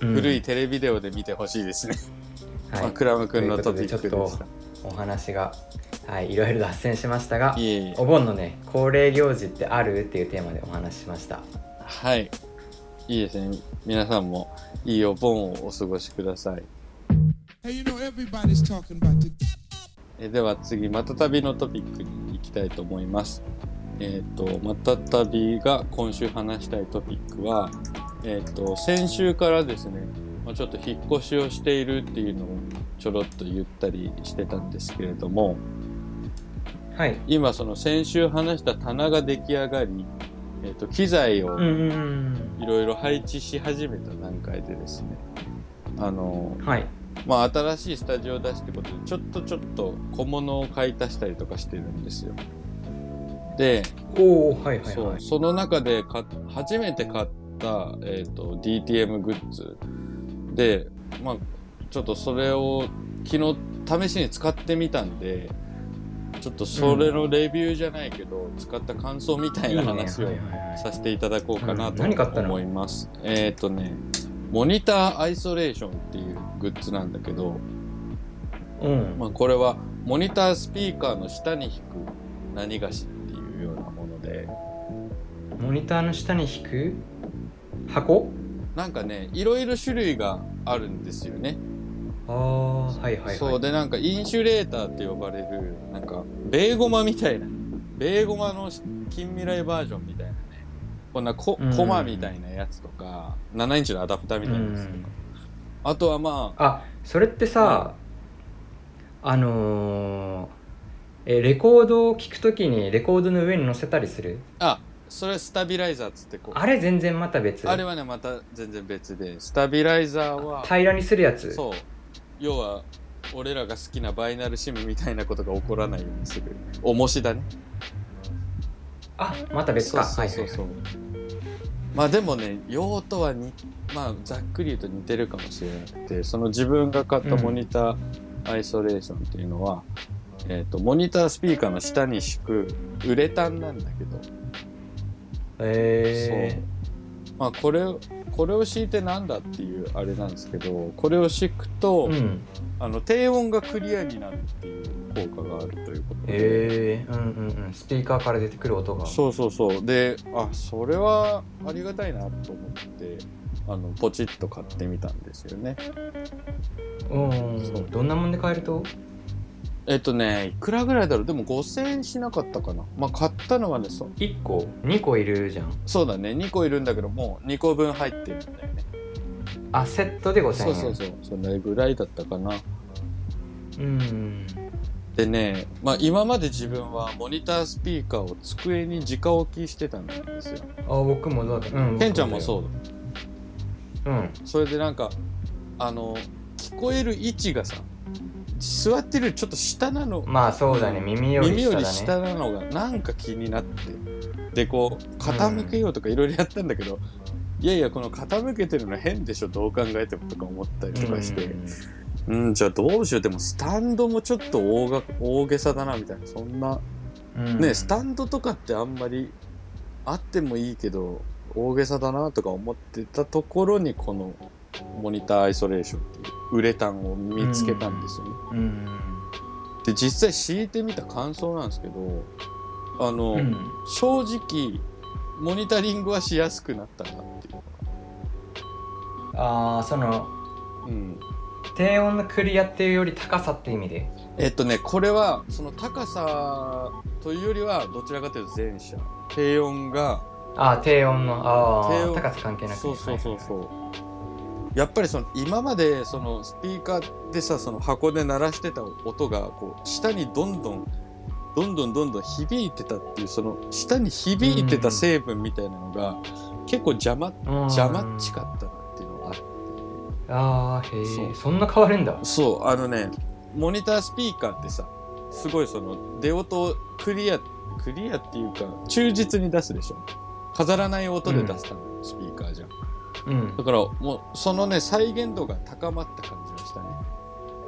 Speaker 2: うん
Speaker 1: 古い、テレビデオで見てほしいですね
Speaker 2: はい
Speaker 1: まあ、クラム君のトピック
Speaker 2: という
Speaker 1: で
Speaker 2: こ
Speaker 1: し
Speaker 2: とでちょ
Speaker 1: た
Speaker 2: っ。とお話が、はい、いろいろ脱線しましたが
Speaker 1: いえいえ
Speaker 2: お。盆のね恒例行事ってあるっていうテーマでお話ししました
Speaker 1: はい。いいですね。皆さんもいいお盆をお過ごしください。
Speaker 3: Hey, you know everybody's talking about the
Speaker 1: えでは次、またたびのトピックに行きたいと思います。えっ、と、またたびが今週話したいトピックは、えっ、と、先週からですね、まあ、ちょっと引っ越しをしているっていうのをちょろっと言ったりしてたんですけれども、
Speaker 2: はい
Speaker 1: 今その先週話した棚が出来上がり、えっ、と、機材
Speaker 2: う
Speaker 1: を、
Speaker 2: んうんうん
Speaker 1: いろいろ配置し始めた段階でですねあの
Speaker 2: うんはい
Speaker 1: まあ新しいスタジオを出してことでちょっとちょっと小物を買い足したりとかしてるんですよで、
Speaker 2: おおはいはい
Speaker 1: そ
Speaker 2: は
Speaker 1: う
Speaker 2: い
Speaker 1: その中で買っ初めて買った、えー、と DTM グッズでまあちょっとそれを昨日試しに使ってみたんでちょっとそれのレビューじゃないけど、使った感想みたいな話を
Speaker 2: いいねはいはいはい
Speaker 1: させていただこうかな
Speaker 2: うん
Speaker 1: と
Speaker 2: 何買ったの
Speaker 1: 思います。えっ、とね、モニターアイソレーションっていうグッズなんだけど、
Speaker 2: うん
Speaker 1: まあ、これはモニタースピーカーの下に引く何菓子っていうようなもので、
Speaker 2: モニターの下に引く箱
Speaker 1: なんかね、いろいろ種類があるんですよね。
Speaker 2: ああはいはいはい
Speaker 1: そうで、なんかインシュレーターって呼ばれる、なんかベーゴマみたいな、ベーゴマの近未来バージョンみたいなね、こんなコ
Speaker 2: うん
Speaker 1: コマみたいなやつとか、7インチのアダプターみたいなやつとか、
Speaker 2: うん
Speaker 1: あとはまあ
Speaker 2: あそれってさ、あのーえレコードを聴くときにレコードの上に載せたりする
Speaker 1: あそれはスタビライザーっつってこう
Speaker 2: あれ全然また別
Speaker 1: あれはねまた全然別でスタビライザーは
Speaker 2: 平らにするやつ
Speaker 1: そう要は俺らが好きなバイナルシムみたいなことが起こらないようにする重しだね
Speaker 2: あまた別
Speaker 1: そう
Speaker 2: か
Speaker 1: そうそうそう、まあでもね用途はにまあざっくり言うと似てるかもしれなくてその自分が買ったモニターアイソレーションっていうのは、えっとモニタースピーカーの下に敷くウレタンなんだけど
Speaker 2: はいはいはい、え
Speaker 1: そうまあこれをこれを敷いてなんだっていうあれなんですけどこれを敷くと、
Speaker 2: ー、うん
Speaker 1: あの低音がクリアになるっていう効果があるということで、
Speaker 2: えー、うんうんうんスピーカーから出てくる音が
Speaker 1: そうそうそうであそれはありがたいなと思ってあのポチッと買ってみたんですよね
Speaker 2: うん
Speaker 1: そう
Speaker 2: どんなもんで買えると
Speaker 1: えっとねいくらぐらいだろうでも5000円しなかったかなまあ買ったのはねそ
Speaker 2: 1個2個いるじゃん
Speaker 1: そうだね2個いるんだけどもう2個分入ってるんだよね
Speaker 2: あセットで5000円
Speaker 1: そうそうそうそれぐらいだったかな
Speaker 2: うん
Speaker 1: でね、まあ、今まで自分はモニタースピーカーを机に直置きしてたんですよ
Speaker 2: あ僕もだうん
Speaker 1: ケンちゃんもそう
Speaker 2: う
Speaker 1: だ
Speaker 2: うん
Speaker 1: それでなんかあの聞こえる位置がさ座ってるよりちょっと下なの
Speaker 2: まあそうだね耳より
Speaker 1: 耳
Speaker 2: 下
Speaker 1: よ
Speaker 2: だね
Speaker 1: り下なのがなんか気になってでこう傾けようとかいろいろやったんだけど、いやいやこの傾けてるの変でしょどう考えてもとか思ったりとかして
Speaker 2: うん
Speaker 1: うん、じゃあどうしようでもスタンドもちょっと大が大げさだなみたいなそんな
Speaker 2: うん
Speaker 1: ねスタンドとかってあんまりあってもいいけど大げさだなとか思ってたところにこのモニターアイソレーションっていうウレタンを見つけたんですよね。
Speaker 2: うん
Speaker 1: で実際敷いてみた感想なんですけどあの、
Speaker 2: うん
Speaker 1: 正直モニタリングはしやすくなったなっていうの
Speaker 2: ああその
Speaker 1: が。うん
Speaker 2: 低音のクリアっていうより高さって意味で
Speaker 1: えっとねこれはその高さというよりはどちらかというと前者低音が
Speaker 2: ああ低音のあ
Speaker 1: 低
Speaker 2: あ
Speaker 1: 音
Speaker 2: 高さ関係なく
Speaker 1: そうそうそうそうやっぱりその今までそのスピーカーでさその箱で鳴らしてた音がこう下にどんどんどんどんどんどん響いてたっていうその下に響いてた成分みたいなのが結構邪魔
Speaker 2: う
Speaker 1: 邪魔っち
Speaker 2: か
Speaker 1: かったなっていうのがあって
Speaker 2: ああへ
Speaker 1: そう
Speaker 2: えそんな変わるんだ
Speaker 1: そうあのねモニタースピーカーってさすごいその出音をクリアクリアっていうか忠実に出すでしょ飾らない音で出すためのスピーカーじゃん
Speaker 2: うん
Speaker 1: だからもうそのね再現度が高まった感じがしたね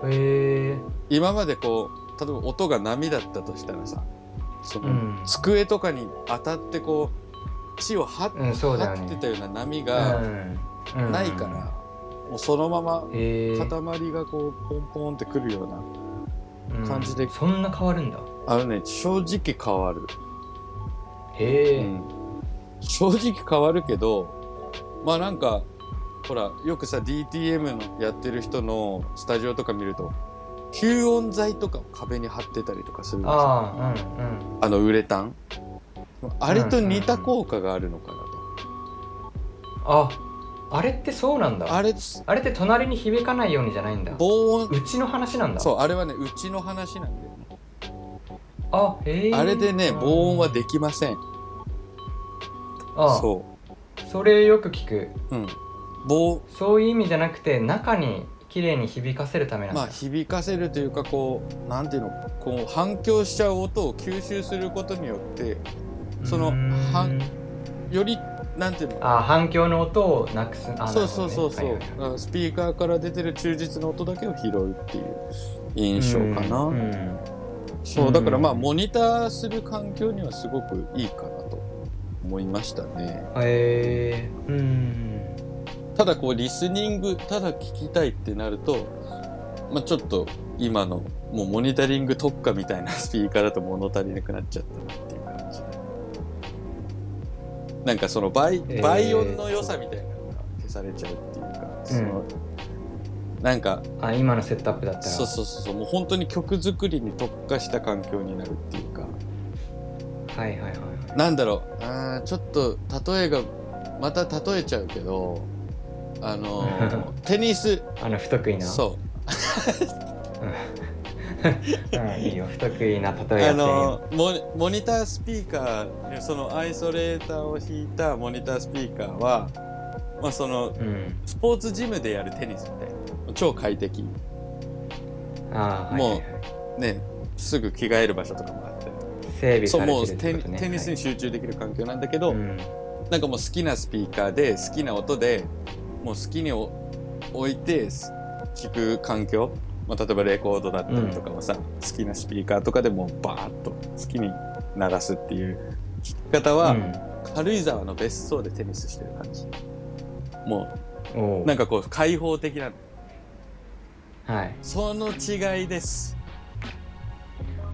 Speaker 2: へえ
Speaker 1: 今までこう例えば音が波だったとしたらさその、
Speaker 2: うん
Speaker 1: 机とかに当たってこう地を張っ,、
Speaker 2: うんそうだよね
Speaker 1: 張ってたような波
Speaker 2: う
Speaker 1: が
Speaker 2: んうん
Speaker 1: ないから、もうそのまま
Speaker 2: へえ
Speaker 1: 塊がこうポンポンってくるような感じで
Speaker 2: うんそんな変わるんだ
Speaker 1: あのね正直変わる、
Speaker 2: へえ、
Speaker 1: 正直変わるけどまあなんかほらよくさ DTM のやってる人のスタジオとか見ると吸音材とかを壁に貼ってたりとかするんですよ
Speaker 2: ああうんうん
Speaker 1: あのウレタンあれと似た効果があるのかなと、
Speaker 2: ああれってそうなんだ
Speaker 1: あ
Speaker 2: あれっ
Speaker 1: れ
Speaker 2: て隣に響かないようにじゃないんだ
Speaker 1: 防音
Speaker 2: うちの話なんだ
Speaker 1: そうあれはねうちの話なんだよね
Speaker 2: あへえ
Speaker 1: あれでね防音はできません
Speaker 2: あそ
Speaker 1: そ
Speaker 2: れよく聞く
Speaker 1: ううん防
Speaker 2: そういう意味じゃなくて中に綺麗に響かせるためなんだ、
Speaker 1: まあ響かせるというかこうなんていうのこう反響しちゃう音を吸収することによってその
Speaker 2: うーん
Speaker 1: 反よりなんていうの
Speaker 2: あ反響の音をなくすあ
Speaker 1: そうそうそうそう、
Speaker 2: なるほどねはいはいはい
Speaker 1: あスピーカーから出てる忠実な音だけを拾うっていう印象かな、
Speaker 2: うんうん
Speaker 1: そうだからまあ
Speaker 2: うん
Speaker 1: モニターする環境にはすごくいいかなと思いましたね
Speaker 2: へえうん
Speaker 1: ただこうリスニングただ聞きたいってなると、まあ、ちょっと今のもうモニタリング特化みたいなスピーカーだと物足りなくなっちゃったなっていう感じだねなんかその倍
Speaker 2: えー
Speaker 1: 倍音の良さみたいなのが消されちゃうっていうか、そのなんか
Speaker 2: あ今のセットアップだったら
Speaker 1: そうそうそうそうもう本当に曲作りに特化した環境になるっていうか
Speaker 2: はいはいはいはい
Speaker 1: なんだろうあーちょっと例えがまた例えちゃうけどあの ーテニス
Speaker 2: あの不得意なう、
Speaker 1: そ
Speaker 2: うん、 いいよ不得意な例
Speaker 1: う
Speaker 2: えや
Speaker 1: あ
Speaker 2: ってみよ
Speaker 1: のーモモニタースピーカーでそのアイソレーターを引いたモニタースピーカーは、まあ、そ
Speaker 2: う、
Speaker 1: の
Speaker 2: うん
Speaker 1: スポーツジムでやるテニスみたいな超快適
Speaker 2: ああはい
Speaker 1: もう
Speaker 2: はいはい
Speaker 1: ねすぐ着替える場所とかもあって
Speaker 2: 整備
Speaker 1: そう
Speaker 2: され
Speaker 1: もう
Speaker 2: てるっ
Speaker 1: テ
Speaker 2: てこ
Speaker 1: ニ
Speaker 2: とね
Speaker 1: テニスに集中できる環境なんだけど、
Speaker 2: はいうん
Speaker 1: なんかもう好きなスピーカーで好きな音でもう好きにお置いてす聞く環境、まあ、例えばレコードだったりとかもさ、好きなスピーカーとかでもうバーッと好きに鳴らすっていう聞き方は、軽井沢の別荘でテニスしてる感じも
Speaker 2: うん、お
Speaker 1: う
Speaker 2: う
Speaker 1: なんかこう開放的な
Speaker 2: はい
Speaker 1: その違いです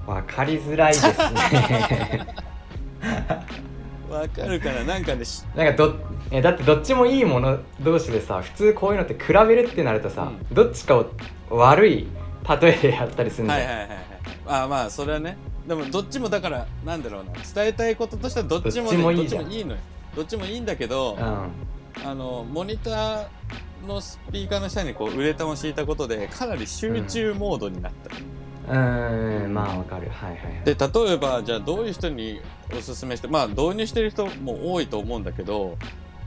Speaker 2: 分かりづらいですね
Speaker 1: わかるかななんかねし
Speaker 2: なんかどえだってどっちもいいもの同士でさ普通こういうのって比べるってなるとさ、どっちかを悪い例えでやったりするんだ
Speaker 1: はい
Speaker 2: よ、
Speaker 1: はいはいはいああまあそれはねでもどっちもだからなんだろうな伝えたいこととしてはどっち
Speaker 2: どっ
Speaker 1: も,、ね、
Speaker 2: ちもい
Speaker 1: どっ
Speaker 2: い
Speaker 1: ち
Speaker 2: じゃ
Speaker 1: も
Speaker 2: ん
Speaker 1: いいのよどっちもいいんだけどあのモニターのスピーカーの下にこうウレタンを敷いたことでかなり集中モードになった、
Speaker 2: うんうーんまあわかるはいはいはい
Speaker 1: で例えばじゃあどういう人におすすめしてまあ導入してる人も多いと思うんだけど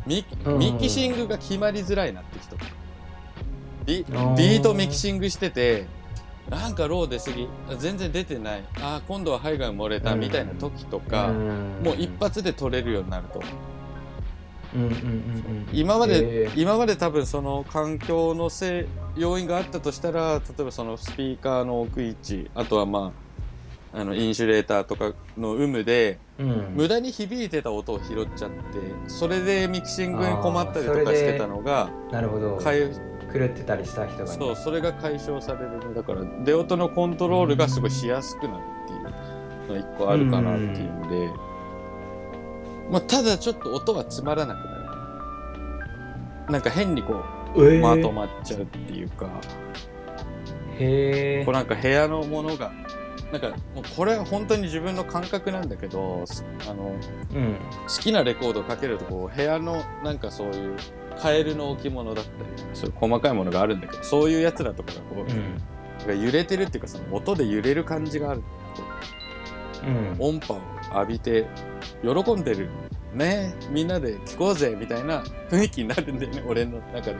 Speaker 1: ミ
Speaker 2: うん
Speaker 1: ミキシングが決まりづらいなって人ビ
Speaker 2: ー
Speaker 1: ビートミキシングしててなんかロー出すぎあ全然出てないあー今度は肺が漏れた
Speaker 2: うん
Speaker 1: みたいな時とか、も
Speaker 2: も
Speaker 1: う一発で取れるようになると
Speaker 2: うんうんうんうん
Speaker 1: 今まで、
Speaker 2: え
Speaker 1: 今まで多分その環境のせい要因があったとしたら例えばそのスピーカーの置く位置あとはまああのインシュレーターとかの有無で
Speaker 2: ーうん
Speaker 1: 無駄に響いてた音を拾っちゃってそれでミキシングに困ったりと
Speaker 2: あーそ
Speaker 1: か
Speaker 2: れで
Speaker 1: してたのが
Speaker 2: なるほど
Speaker 1: かゆ
Speaker 2: 狂ってたりした人がね
Speaker 1: そうそれが解消されるねだから出音のコントロールがすごいしやすくなるっていうのが一個あるかなっていうんで、まあ、ただちょっと音がつまらなくなるなんか変にこう
Speaker 2: えー
Speaker 1: まとまっちゃうっていうか、
Speaker 2: へえ
Speaker 1: こうなんか部屋のものが、なんかもうこれは本当に自分の感覚なんだけど、すあの
Speaker 2: うん
Speaker 1: 好きなレコードをかけるとこう部屋のなんかそういうカエルの置物だったり、そういう細かいものがあるんだけど、そういうやつらとかがこう、
Speaker 2: うん
Speaker 1: なんか揺れてるっていうかその音で揺れる感じがある。
Speaker 2: うん
Speaker 1: 音波を浴びて喜んでる。ねみんなで聞こうぜみたいな雰囲気になるんだよね、俺の中では。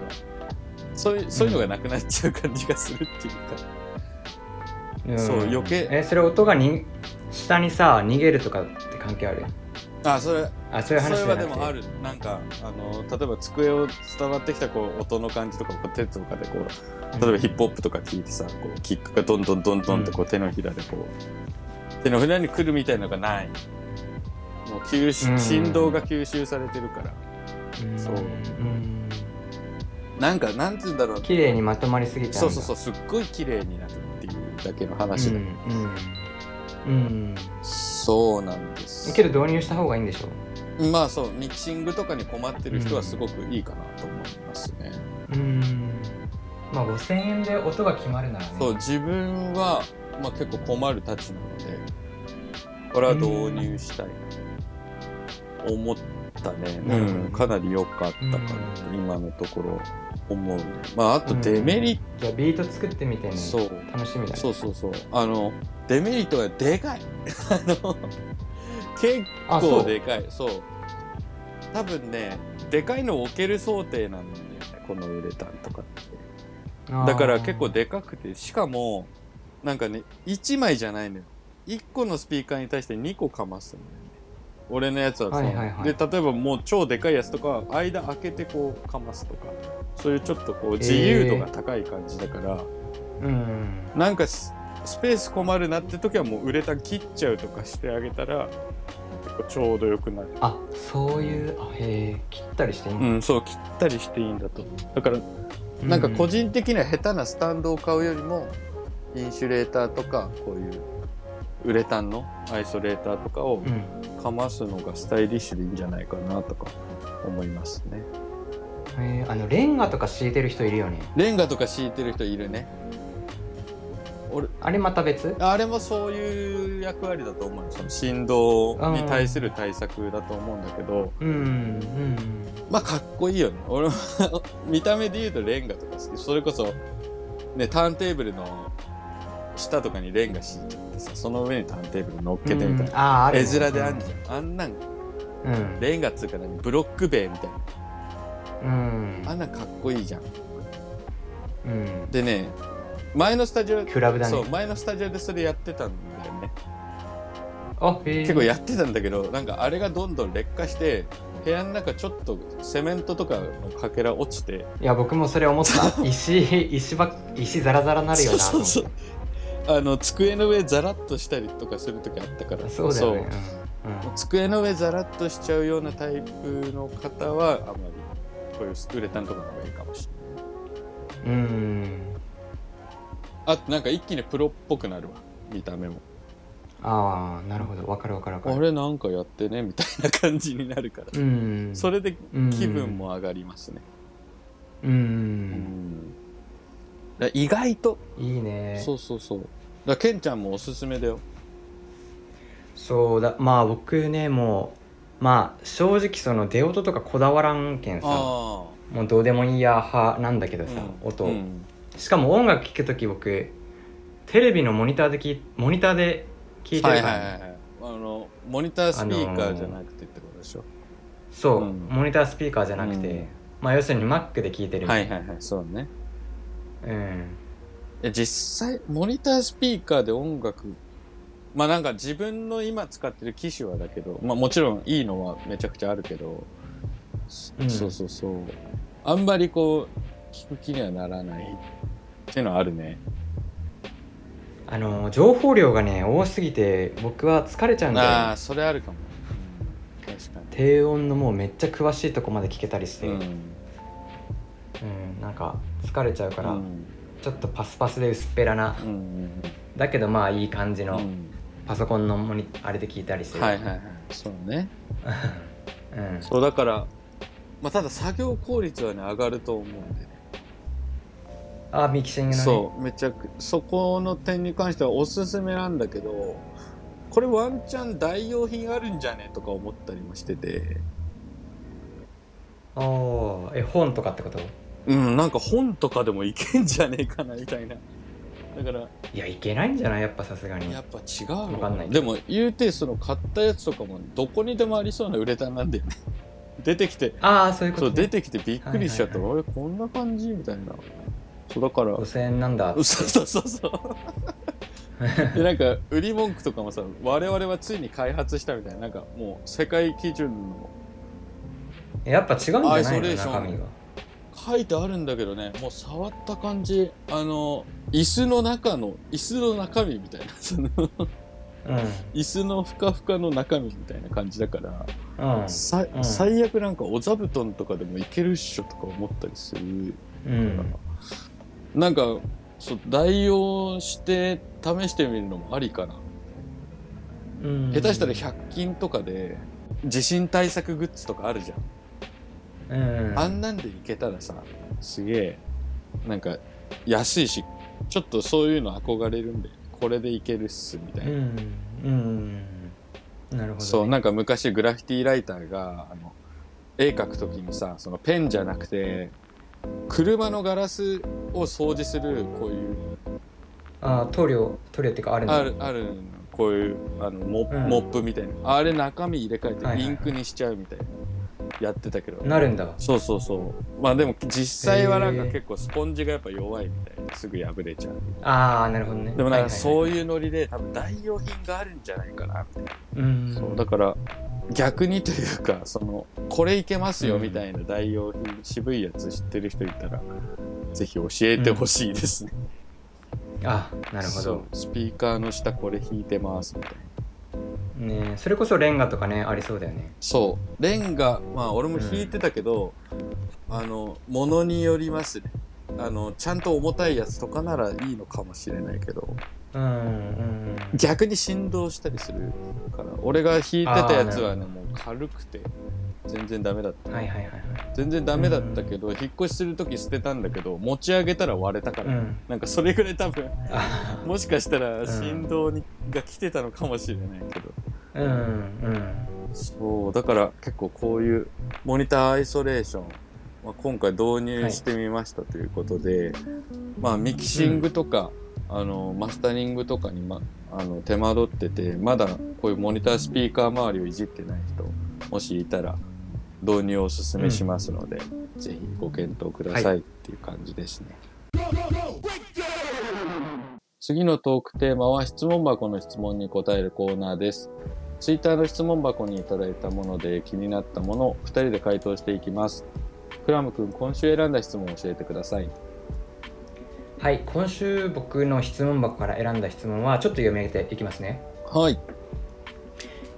Speaker 1: そういう、そういうのがなくなっちゃう感じがするっていうか。
Speaker 2: ん
Speaker 1: そう余計
Speaker 2: えそれ音がに下にさ逃げるとかって関係ある
Speaker 1: あそれ
Speaker 2: あそ
Speaker 1: そうれ
Speaker 2: いう話じゃ
Speaker 1: は
Speaker 2: な
Speaker 1: で
Speaker 2: くて
Speaker 1: もあるなんかあの例えば机を伝わってきたこう音の感じとかこう手とかでこう例えばヒップホップとか聞いてさこうキックがどんどんどんどんってこう手のひらでこう手のひらに来るみたいのがないもう吸
Speaker 2: う
Speaker 1: 収
Speaker 2: ん
Speaker 1: 振動が吸収されてるから
Speaker 2: うん
Speaker 1: そうんなんかなんて言うんだろう
Speaker 2: 綺麗にまとまりすぎたんだ
Speaker 1: そうそうそうすっごい綺麗になるっていうだけの話
Speaker 2: う
Speaker 1: で、
Speaker 2: んうん、
Speaker 1: そうなんで
Speaker 2: うん、
Speaker 1: す
Speaker 2: けど導入した方がいいんでしょ
Speaker 1: まあそうミキシングとかに困ってる人はすごくいいかなと思いますね、
Speaker 2: うんまあ5000円で音が決まるならね
Speaker 1: そう自分は、まあ、結構困るたちなのでこれは導入したいなと思ったね、う
Speaker 2: なる
Speaker 1: ん
Speaker 2: ほど
Speaker 1: かなり良かったかなと、
Speaker 2: う
Speaker 1: 今のところ思うねまああとデメリッ
Speaker 2: じゃあビート作ってみて
Speaker 1: ト、
Speaker 2: ね
Speaker 1: そう
Speaker 2: 楽しみだね
Speaker 1: そうそうそうあのデメリットがでかい あの結
Speaker 2: あ
Speaker 1: 構
Speaker 2: そう
Speaker 1: でかいそう多分ねでかいのを置ける想定なんだよねこのウレタンとかって
Speaker 2: あー
Speaker 1: だから結構でかくてしかもなんかね1枚じゃないのよ1個のスピーカーに対して2個かますんだよね俺のやつはそう、
Speaker 2: はいはいはい
Speaker 1: で例えばもう超でかいやつとかは間開けてこうかますとかそういうちょっとこう自由度が高い感じだから、
Speaker 2: うん
Speaker 1: なんかススペース困るなって時はもうウレタン切っちゃうとかしてあげたら結構ちょうどよくなる
Speaker 2: あそういうあへえ切ったりしていいん
Speaker 1: う
Speaker 2: だ、
Speaker 1: んそう切ったりしていいんだとだからなんか個人的には下手なスタンドを買うよりもインシュレーターとかこういうウレタンのアイソレーターとかを
Speaker 2: うん、
Speaker 1: かますのがスタイリッシュでいいんじゃないかなとか思いますね
Speaker 2: えーあのレンガとか敷いてる人いるよね
Speaker 1: レンガとか敷いてる人いるね俺
Speaker 2: あれまた別
Speaker 1: あれもそういう役割だと思うよその振動に対する対策だと思うんだけど、
Speaker 2: うんうん
Speaker 1: まあかっこいいよね俺も 見た目で言うとレンガとか好きそれこそねターンテーブルの下とかにレンガ敷いててさその上にターンテーブル乗っけてみたいな、
Speaker 2: な、あーある
Speaker 1: 絵面であんじゃんあんなん
Speaker 2: うん
Speaker 1: レンガっつうか何ブロック塀みたいな
Speaker 2: うん
Speaker 1: あんなんかっこいいじゃん
Speaker 2: うん
Speaker 1: でね前のスタジオ
Speaker 2: クラブだ
Speaker 1: そう
Speaker 2: ね
Speaker 1: 前のスタジオでそれやってたんだよね
Speaker 2: あへえ
Speaker 1: 結構やってたんだけどなんかあれがどんどん劣化して部屋の中ちょっとセメントとかのかけら落ちて
Speaker 2: いや僕もそれ思った石石ば石ザラザラなるよなと
Speaker 1: そう
Speaker 2: 思って
Speaker 1: そうあの机の上ザラッとしたりとかする時あったから
Speaker 2: そうだよねうんうん
Speaker 1: そう机の上ザラッとしちゃうようなタイプの方はあまりこういうウレタンとかの方がいいかもしれない
Speaker 2: うん
Speaker 1: あとなんか一気にプロっぽくなるわ見た目も
Speaker 2: ああなるほどわかるわかるわか
Speaker 1: あ
Speaker 2: る
Speaker 1: れなんかやってねみたいな感じになるから
Speaker 2: うん
Speaker 1: それで
Speaker 2: うん
Speaker 1: 気分も上がりますね
Speaker 2: う
Speaker 1: うんんだ意外と
Speaker 2: いいね
Speaker 1: そうそうそう。だからケンちゃんもおすすめだよ。
Speaker 2: そうだまあ僕ねもうまあ正直その出音とかこだわらんけんさ
Speaker 1: あ
Speaker 2: もうどうでもいいや派なんだけ
Speaker 1: あ
Speaker 2: どさ、
Speaker 1: うん
Speaker 2: 音、
Speaker 1: うん
Speaker 2: しかも音楽聴く時僕テレビのモニターできモニターで聴いて
Speaker 1: は
Speaker 2: る
Speaker 1: い
Speaker 2: か
Speaker 1: は
Speaker 2: ら
Speaker 1: い
Speaker 2: ね、
Speaker 1: はいはい。あのモニタースピーカーじゃなくてってことでしょ。
Speaker 2: そう、
Speaker 1: うん
Speaker 2: モニタースピーカーじゃなくて、
Speaker 1: うん
Speaker 2: まあ要するに Mac で聴いてるみ
Speaker 1: は
Speaker 2: たい
Speaker 1: いはいはい。そうね。
Speaker 2: な、うん
Speaker 1: え実際モニタースピーカーで音楽まあなんか自分の今使ってる機種はだけど、まあもちろんいいのはめちゃくちゃあるけど、
Speaker 2: うん
Speaker 1: そうそうそう。あんまりこう聞く気にはならないっていうのはあるね。
Speaker 2: あの情報量がね多すぎて僕は疲れちゃうんだよね、
Speaker 1: ああそれあるかも。うん確か
Speaker 2: 低音のもうめっちゃ詳しいとこまで聞けたりして、
Speaker 1: に。
Speaker 2: うんなんか疲れちゃうから、
Speaker 1: うん
Speaker 2: ちょっとパスパスで薄っぺらな
Speaker 1: うんうん
Speaker 2: だけどまあいい感じ
Speaker 1: う
Speaker 2: の
Speaker 1: ん。
Speaker 2: パソコンのモニあれで聞いたりしてる、
Speaker 1: はい はいはいそうね
Speaker 2: うん、
Speaker 1: そうだからまあただ作業効率はね上がると思うんで、ね
Speaker 2: あミキシングのね
Speaker 1: そうめちゃくそこの点に関してはおすすめなんだけどこれワンチャン代用品あるんじゃねとか思ったりもしてて
Speaker 2: おーえ本とかってこと
Speaker 1: うんなんか本とかでもいけんじゃねえかなみたいなだから
Speaker 2: いやいけないんじゃないやっぱさすがに
Speaker 1: やっぱ違うの
Speaker 2: わかんない
Speaker 1: でも言うてその買ったやつとかもどこにでもありそうなウレタンなんだよね 出てきて
Speaker 2: ああそういうこ
Speaker 1: そう
Speaker 2: と、
Speaker 1: 出
Speaker 2: ね、
Speaker 1: てきてびっくりしちゃった、
Speaker 2: はいは
Speaker 1: あれこんな感じみたいなそうだから
Speaker 2: 5000円なんだ
Speaker 1: そうそうそうそう。 でなんか売り文句とかもさ我々はついに開発したみたいななんかもう世界基準の
Speaker 2: やっぱ違うんじゃ
Speaker 1: ア
Speaker 2: な
Speaker 1: イソ
Speaker 2: い
Speaker 1: レ
Speaker 2: の
Speaker 1: ーション
Speaker 2: 中身が
Speaker 1: 書いてあるんだけどねもう触った感じあの椅子の中の椅子の中身みたいな その
Speaker 2: うん
Speaker 1: 椅子のふかふかの中身みたいな感じだから、
Speaker 2: う
Speaker 1: さ
Speaker 2: うん
Speaker 1: 最悪なんかお座布団とかでもいけるっしょとか思ったりする
Speaker 2: ん、う
Speaker 1: だ
Speaker 2: ん、
Speaker 1: からなんかそう代用して試してみるのもありかな
Speaker 2: うん
Speaker 1: 下手したら100均とかで地震対策グッズとかあるじゃん、
Speaker 2: うん
Speaker 1: あんなんでいけたらさすげえなんか安いしちょっとそういうの憧れるんでこれでいけるっすみたいな、
Speaker 2: うんうんなるほどね、
Speaker 1: そうなんか昔グラフィティライターがあの絵描くときにさそのペンじゃなくて車のガラスを掃除するこういう
Speaker 2: ああ塗料塗料っていうかあるんだ
Speaker 1: あるあるこういうあのモ,、
Speaker 2: うん
Speaker 1: モップみたいなあれ中身入れ
Speaker 2: は
Speaker 1: 替
Speaker 2: い
Speaker 1: え
Speaker 2: はい
Speaker 1: てインクにしちゃうみたいな、やってたけど
Speaker 2: なるんだ
Speaker 1: そうそうそうまあでも実際はなんか
Speaker 2: へー
Speaker 1: 結構スポンジがやっぱ弱いみたいですぐ破れちゃう
Speaker 2: ああなるほどね
Speaker 1: でもなんか
Speaker 2: は
Speaker 1: そう
Speaker 2: い
Speaker 1: いうノリで多分代用品があるんじゃないかなみたいな、
Speaker 2: はいはいうん
Speaker 1: そうだから逆にというかそのこれいけますよみたいな代用品、渋いやつ知ってる人いたらぜひ教えてほしいですね、
Speaker 2: あなるほ
Speaker 1: そう
Speaker 2: ど
Speaker 1: スピーカーの下これ引いてますみたいな
Speaker 2: ねえそれこそレンガとかねありそうだよね
Speaker 1: そうレンガまあ俺も引いてたけど、あのものによりますねあのちゃんと重たいやつとかならいいのかもしれないけど
Speaker 2: うんうん
Speaker 1: 逆に振動したりするから俺が弾いてたやつはねもう軽くて全然ダメだった、
Speaker 2: はいはいはいはい
Speaker 1: 全然ダメだったけど、引っ越しする時捨てたんだけど持ち上げたら割れたか
Speaker 2: う
Speaker 1: ら、
Speaker 2: ん
Speaker 1: なんかそれぐらい多分
Speaker 2: あ
Speaker 1: もしかしたら振動に、が来てたのかもしれないけど
Speaker 2: うんうん
Speaker 1: そうだから結構こういうモニターアイソレーションは今回導入してみましたということで、まあミキシングとか、あのマスタリングとかに、ま、あの手間取っててまだこういうモニタースピーカー周りをいじってない人もしいたら導入をおすすめしますので、ぜひご検討くださいっていう感じですね。次のトークテーマは質問箱の質問に答えるコーナーです。ツイッターの質問箱にいただいたもので気になったものを2人で回答していきます。クラム君、今週選んだ質問を教えてください。
Speaker 2: はい今週僕の質問箱から選んだ質問はちょっと読み上げていきますね
Speaker 1: はい。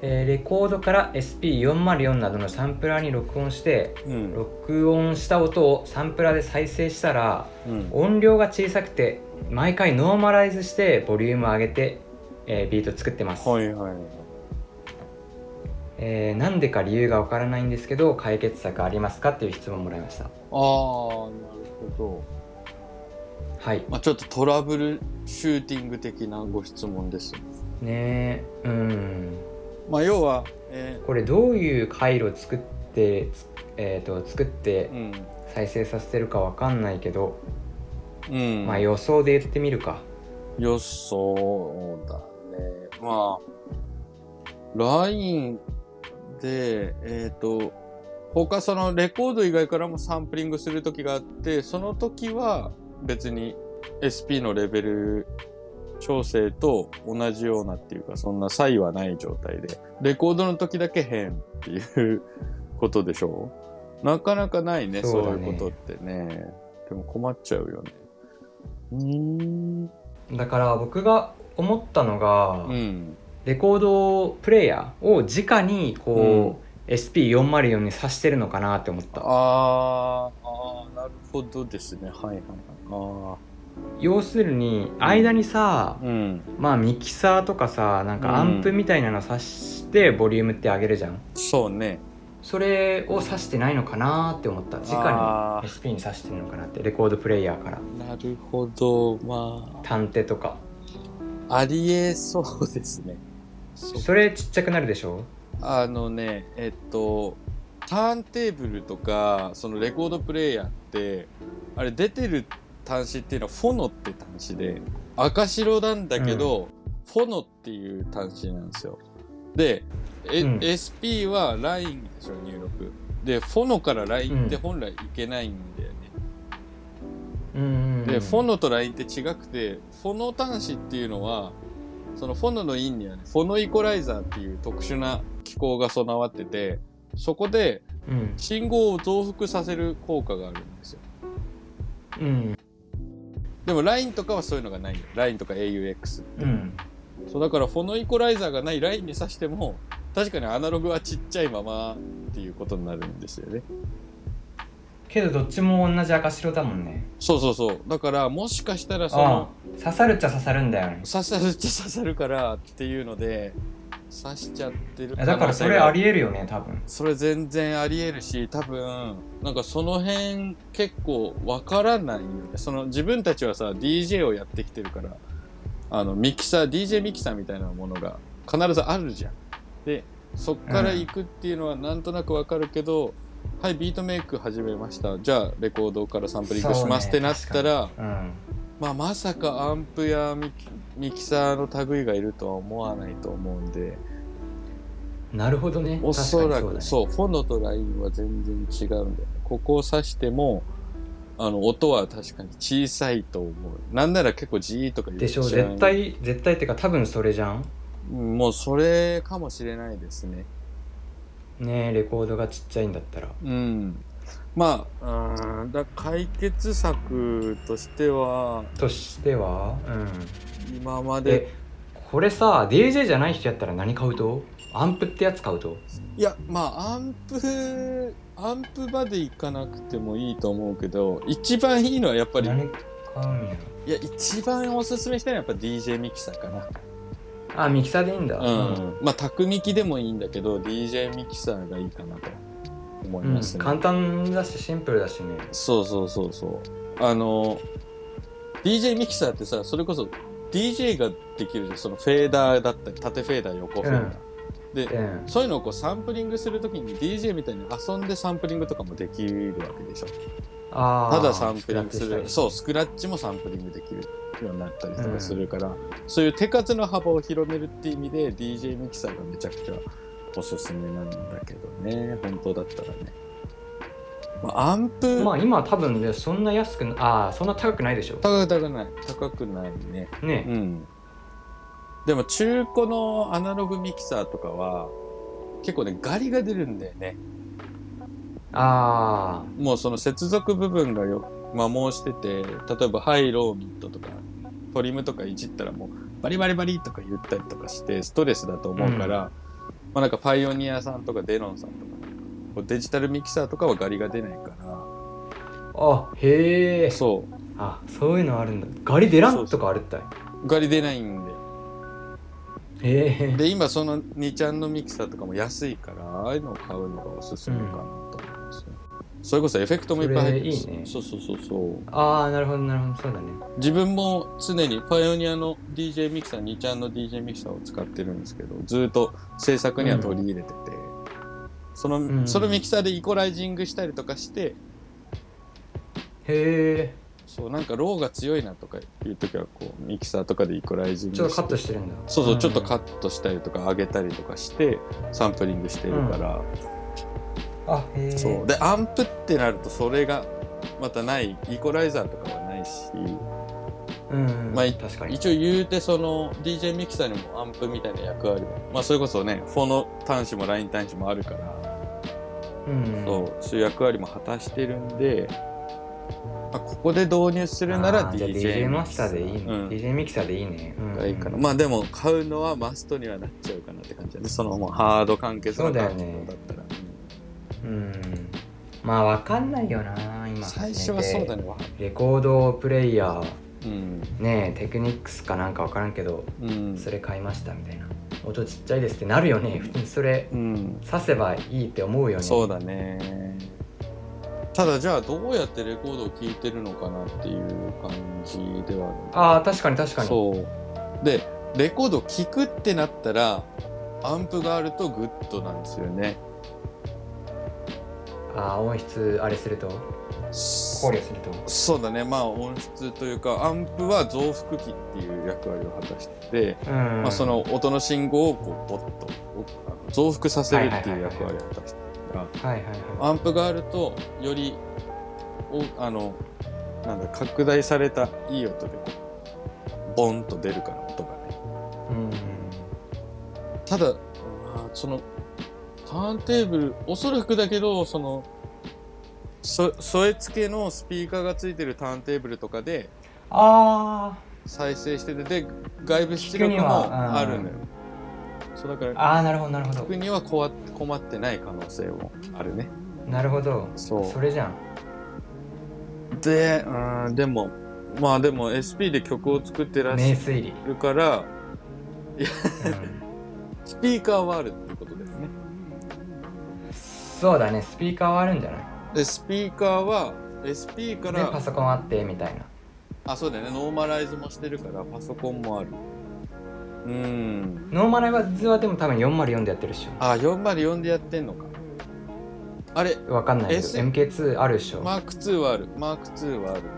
Speaker 2: えーレコードから SP404 などのサンプラーに録音して
Speaker 1: うん。
Speaker 2: 録音した音をサンプラーで再生したら
Speaker 1: うん。
Speaker 2: 音量が小さくて毎回ノーマライズしてボリューム上げて、えービート作ってます、
Speaker 1: はいはい。
Speaker 2: えーなんでか理由がわからないんですけど解決策ありますかっていう質問もらいました
Speaker 1: あー、なるほど。
Speaker 2: はい
Speaker 1: まあ、ちょっとトラブルシューティング的なご質問です。
Speaker 2: ねえうん
Speaker 1: まあ、要は、え
Speaker 2: これどういう回路作って、つえー、と作って
Speaker 1: ーうん。
Speaker 2: 再生させてるかわかんないけど、
Speaker 1: うん。
Speaker 2: まあ予想で言ってみるか
Speaker 1: よそうだね。まあ、ラインで、えっ、と、他そのレコード以外からもサンプリングする時があって、その時は別に SP のレベル調整と同じようなっていうか、そんな差異はない状態で、レコードの時だけ変っていうことでしょうなかなかないね、
Speaker 2: そ
Speaker 1: そうう
Speaker 2: だね
Speaker 1: いうことってね。でも困っちゃうよね。うーん。
Speaker 2: だから僕が思ったのが、
Speaker 1: うん。
Speaker 2: レコードプレイヤーを直にこう、SP404 に挿してるのかなって思った
Speaker 1: あーあーなるほどですねはいはいあ
Speaker 2: 要するに間にさ
Speaker 1: あ、うん
Speaker 2: まあミキサーとかさなんかアンプみたいなの挿してボリュームって上げるじゃん
Speaker 1: そうね
Speaker 2: それを挿してないのかなって思った
Speaker 1: あ
Speaker 2: 直
Speaker 1: ー
Speaker 2: に SP に挿してるのかなってレコードプレイヤーから
Speaker 1: なるほどま
Speaker 2: 探偵とか
Speaker 1: あありえそうですねそう
Speaker 2: それちっちゃくなるでしょ
Speaker 1: あのねえっとターンテーブルとかそのレコードプレイヤーってあれ出てる端子っていうのはフォノって端子で赤白なんだけど、フォノっていう端子なんですよで、え
Speaker 2: うん
Speaker 1: SP はラインでしょ入力でフォノからラインって本来いけないんだよね、
Speaker 2: うんうんうん
Speaker 1: で、フォノとラインって違くて、フォノ端子っていうのは、そのフォノのインにはね、フォノイコライザーっていう特殊な機構が備わってて、そこで
Speaker 2: うん
Speaker 1: 信号を増幅させる効果があるんですよ。
Speaker 2: うん
Speaker 1: でもラインとかはそういうのがないよ。ラインとか AUX。
Speaker 2: うん
Speaker 1: そうだからフォノイコライザーがないラインに挿しても、確かにアナログはちっちゃいままっていうことになるんですよね。
Speaker 2: けどどっちも同じ赤白だもんね
Speaker 1: そうそうそう。だからもしかしたらその
Speaker 2: あ、あ刺さるっちゃ刺さるんだよね
Speaker 1: 刺さるっちゃ刺さるからっていうので刺しちゃってる
Speaker 2: いやだからそれ
Speaker 1: 可能性が
Speaker 2: ありえるよね多分
Speaker 1: それ全然ありえるし多分なんかその辺結構わからないよねその自分たちはさ DJ をやってきてるからあのミキサー DJ ミキサーみたいなものが必ずあるじゃんでそっから行くっていうのはなんとなくわかるけど、はいビートメイク始めましたじゃあレコードからサンプリングしますってなったら、
Speaker 2: うん
Speaker 1: まあ、まさかアンプやミキミキサーの類がいるとは思わないと思うんで
Speaker 2: なるほどね
Speaker 1: おそら
Speaker 2: 確か
Speaker 1: く
Speaker 2: に
Speaker 1: そう,、フォンドとラインは全然違うんだよねここを指してもあの音は確かに小さいと思うなんなら結構 G とか言
Speaker 2: だ
Speaker 1: う
Speaker 2: でしょ
Speaker 1: 知らない
Speaker 2: 絶対絶対っていうか多分それじゃん
Speaker 1: うんもうそれかもしれないですね
Speaker 2: ねえレコードがちっちゃいんだったら
Speaker 1: うんまあうーんだ解決策としては
Speaker 2: としてはうん
Speaker 1: 今まで
Speaker 2: でこれさ DJ じゃない人やったら何買うとアンプってやつ買うと
Speaker 1: いやまあアンプアンプまでいかなくてもいいと思うけど一番いいのはやっぱり
Speaker 2: 何買うんや
Speaker 1: いや一番おすすめしたいのはやっぱ DJ ミキサーかな
Speaker 2: あミキサーでいいんだ
Speaker 1: うん、まあ卓ミキでもいいんだけど DJ ミキサーがいいかなと思いうま
Speaker 2: ん
Speaker 1: すね、
Speaker 2: 簡単だしシンプルだしね
Speaker 1: そうそうそうそうあの DJ ミキサーってさそれこそ DJ ができるじゃんそのフェーダーだったり縦フェーダー横フェーダー、で、
Speaker 2: うん
Speaker 1: そういうのをこうサンプリングするときに DJ みたいに遊んでサンプリングとかもできるわけでしょ
Speaker 2: あー
Speaker 1: ただサンプリングす
Speaker 2: 比較した
Speaker 1: る
Speaker 2: り
Speaker 1: そうスクラッチもサンプリングできるようになったりとかするから、そういう手数の幅を広めるっていう意味で DJ ミキサーがめちゃくちゃおすすめなんだけどね本当だったらね、まあ、アンプ、
Speaker 2: まあ今多分ねそんな安くなああそんな高くないでしょ
Speaker 1: 高く高くない高くないね
Speaker 2: ね
Speaker 1: う、んでも中古のアナログミキサーとかは結構ねガリが出るんだよね
Speaker 2: あ
Speaker 1: もうその接続部分がよ摩耗してて例えばハイローミットとかトリムとかいじったらもうバリバリバリとか言ったりとかしてストレスだと思うから、まあなんかパイオニアさんとかデロンさんとかこうデジタルミキサーとかはガリが出ないか
Speaker 2: ああへえ
Speaker 1: らそう
Speaker 2: あそういうのあるんだガリデランとかあるったい
Speaker 1: ガリ出ないんで
Speaker 2: へえ
Speaker 1: で今その2ちゃんのミキサーとかも安いからああいうのを買うのがおすすめかなと思いますね、それこそエフェクトもいっぱい入ってるし
Speaker 2: それいいね
Speaker 1: そうそうそうそう
Speaker 2: ああなるほどなるほどそうだね
Speaker 1: 自分も常にパイオニアの DJ ミキサー2ちゃんの DJ ミキサーを使ってるんですけどずっと制作には取り入れてて、その
Speaker 2: ん
Speaker 1: そのミキサーでイコライジングしたりとかして
Speaker 2: へ
Speaker 1: そうなんかローが強いなとかいう時はこうミキサーとかでイコライジン
Speaker 2: え
Speaker 1: グ
Speaker 2: ちょっとカット
Speaker 1: して
Speaker 2: してるんだ
Speaker 1: そうそう、ちょっとカ
Speaker 2: ット
Speaker 1: ットしたりとか上げたりとかしてサンプリングしてるから、
Speaker 2: あへえ
Speaker 1: そうでアンプってなるとそれがまたないイコライザーとかはないし
Speaker 2: うん、うん、
Speaker 1: まあい
Speaker 2: 確かに
Speaker 1: 一応言うてその DJ ミキサーにもアンプみたいな役割がまあそれこそねフォの端子もライン端子もあるから、
Speaker 2: うん
Speaker 1: そうそういう役割も果たしてるんで、まあ、ここで導入するなら
Speaker 2: あーじゃあ
Speaker 1: DJ
Speaker 2: DJ
Speaker 1: ミ
Speaker 2: マ
Speaker 1: キ
Speaker 2: ス
Speaker 1: サ
Speaker 2: ター
Speaker 1: ー
Speaker 2: でいいね、
Speaker 1: うん
Speaker 2: DJ ミキサーでいいね、うん
Speaker 1: がいいかな、まあでも買うのはマストにはなっちゃうかなって感じだねそのもうハード完結の
Speaker 2: そうだよ
Speaker 1: 環境
Speaker 2: ね
Speaker 1: だったら、
Speaker 2: うんまあわかんないよな今
Speaker 1: 最初はそうだねわ
Speaker 2: レコードプレイヤ
Speaker 1: うん、
Speaker 2: ーねえテクニックスかなんか分からんけど
Speaker 1: うん
Speaker 2: それ買いましたみたいな音ちっちゃいですってなるよね普通にそれ
Speaker 1: うん、
Speaker 2: 刺せばいいって思うよね
Speaker 1: そうだねただじゃあどうやってレコードを聴いてるのかなっていう感じでは
Speaker 2: ああ確かに確
Speaker 1: あ
Speaker 2: か
Speaker 1: る
Speaker 2: に
Speaker 1: そうでレコードを聴くってなったらアンプがあるとグッドなんですよね
Speaker 2: ああ音質あれすると考慮すると
Speaker 1: そうだねまあ音質というかアンプは増幅器っていう役割を果たしてて、
Speaker 2: うん
Speaker 1: まあ、その音の信号をこうボッとあの増幅させるっていう役割を果たしてるから
Speaker 2: はいはいはい
Speaker 1: アンプがあるとよりおあのなんだ拡大されたいい音でこうボンと出るから音がね
Speaker 2: うん
Speaker 1: ただまあそのターンテーブルおそらくだけどそのそ添え付けのスピーカーがついてるターンテーブルとかで
Speaker 2: あ
Speaker 1: 再生しててで外部出
Speaker 2: 聞く
Speaker 1: 力
Speaker 2: に
Speaker 1: も
Speaker 2: は
Speaker 1: あるのよ、そうだか
Speaker 2: ー
Speaker 1: ら
Speaker 2: あーなるほどなるほど
Speaker 1: 僕には困っ困ってない可能性もあるね
Speaker 2: なるほど
Speaker 1: そう
Speaker 2: それじゃん
Speaker 1: で、うん、でも、まあでも SP で曲を作ってらっ
Speaker 2: 名
Speaker 1: し
Speaker 2: 推理、
Speaker 1: ゃるから、
Speaker 2: うん
Speaker 1: スピーカーはあるってことですね。
Speaker 2: そうだねスピーカーはあるんじゃない
Speaker 1: で、スピーカーは、SP か
Speaker 2: でパ
Speaker 1: ら、
Speaker 2: ソコンあってみたいな
Speaker 1: あ、そうだよね、ノーマライズもしてるから、パソコンもある。うん。
Speaker 2: ノーマライズはでも多分404でやってるっし
Speaker 1: あ、404でやってんのか。あれ、
Speaker 2: ょわかんないけど
Speaker 1: S
Speaker 2: MK2 あるっしょ、
Speaker 1: マーク2はある。マーク2はあるね。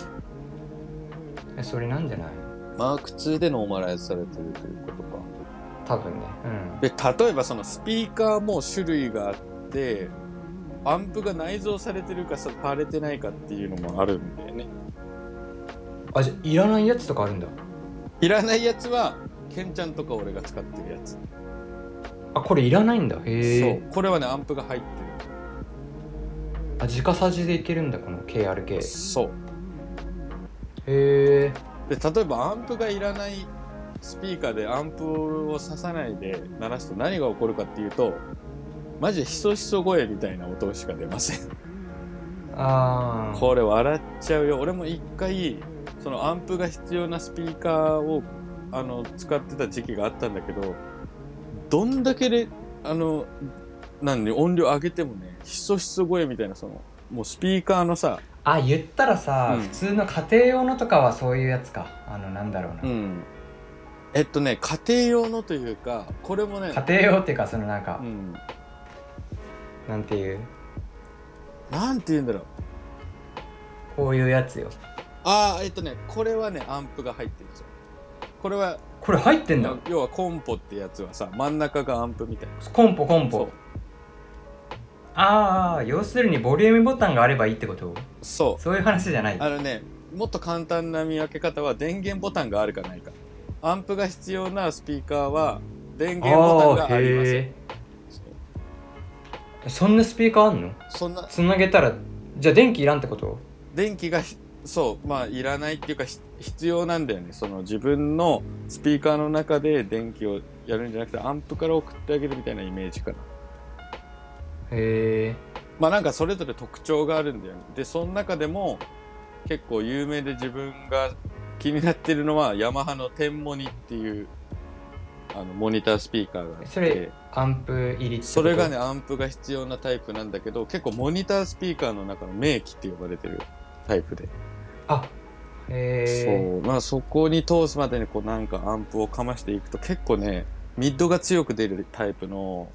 Speaker 2: えそれなんじゃない
Speaker 1: マーク2でノーマライズされてるということか。
Speaker 2: 多分ね
Speaker 1: で例えばそのスピーカーも種類があってアンプが内蔵されてるかさされてないかっていうのもあるんだよね
Speaker 2: うんあじゃあいらないやつとかあるんだ
Speaker 1: いらないやつはケンちゃんとか俺が使ってるやつ、
Speaker 2: あこれいらないんだへえ
Speaker 1: そうこれはねアンプが入って
Speaker 2: あ直さじでいけるんだこの
Speaker 1: る
Speaker 2: KRK
Speaker 1: そう
Speaker 2: へえ
Speaker 1: で例えばアンプがいらないスピーカーでアンプを刺さないで鳴らすと何が起こるかっていうとマジでひそひそ声みたいな音しか出ません
Speaker 2: あー
Speaker 1: これ笑っちゃうよ俺も一回そのアンプが必要なスピーカーをあの使ってた時期があったんだけどどんだけレあのなんで音量上げてもねひそひそ声みたいなそのもうスピーカーのさ、
Speaker 2: あ言ったらさ、
Speaker 1: うん
Speaker 2: 普通の家庭用のとかはそういうやつかあのなんだろうな、
Speaker 1: うん、えっとね家庭用のというかこれもね
Speaker 2: 家庭用っていうかそのなんか、
Speaker 1: うん、
Speaker 2: なんていう
Speaker 1: なんて言うんだろう
Speaker 2: こういうやつよ
Speaker 1: ああえっとねこれはねアンプが入ってるんですよこれは
Speaker 2: これ入ってんだ、
Speaker 1: 要はコンポってやつはさ真ん中がアンプみたいな
Speaker 2: コンポコン
Speaker 1: そ
Speaker 2: ポ
Speaker 1: う
Speaker 2: ああ要するにボリュームボタンがあればいいってこと
Speaker 1: そう
Speaker 2: そういう話じゃない
Speaker 1: あのね、もっと簡単な見分け方は電源ボタンがあるかないか。アンプが必要なスピーカーは電源ボタンがありま
Speaker 2: ー
Speaker 1: せん。
Speaker 2: へえそんなスピーカーあんの
Speaker 1: そんな
Speaker 2: つなげたらじゃあ電気いらんってこと
Speaker 1: 電気がひそうまあいらないっていうかひ必要なんだよね。その自分のスピーカーの中で電気をやるんじゃなくてアンプから送ってあげるみたいなイメージかな。
Speaker 2: へえ
Speaker 1: まあなんかそれぞれ特徴があるんだよね。でその中でも結構有名で自分が気になってるのはヤマハの天モニっていうあのモニタースピーカーがあって。
Speaker 2: それアンプ入りってこと
Speaker 1: それがねアンプが必要なタイプなんだけど結構モニタースピーカーの中の名機って呼ばれてるタイプで、
Speaker 2: あへえ
Speaker 1: そうまあそこに通すまでにこうなんかアンプをかましていくと結構ねミッドが強く出るタイプの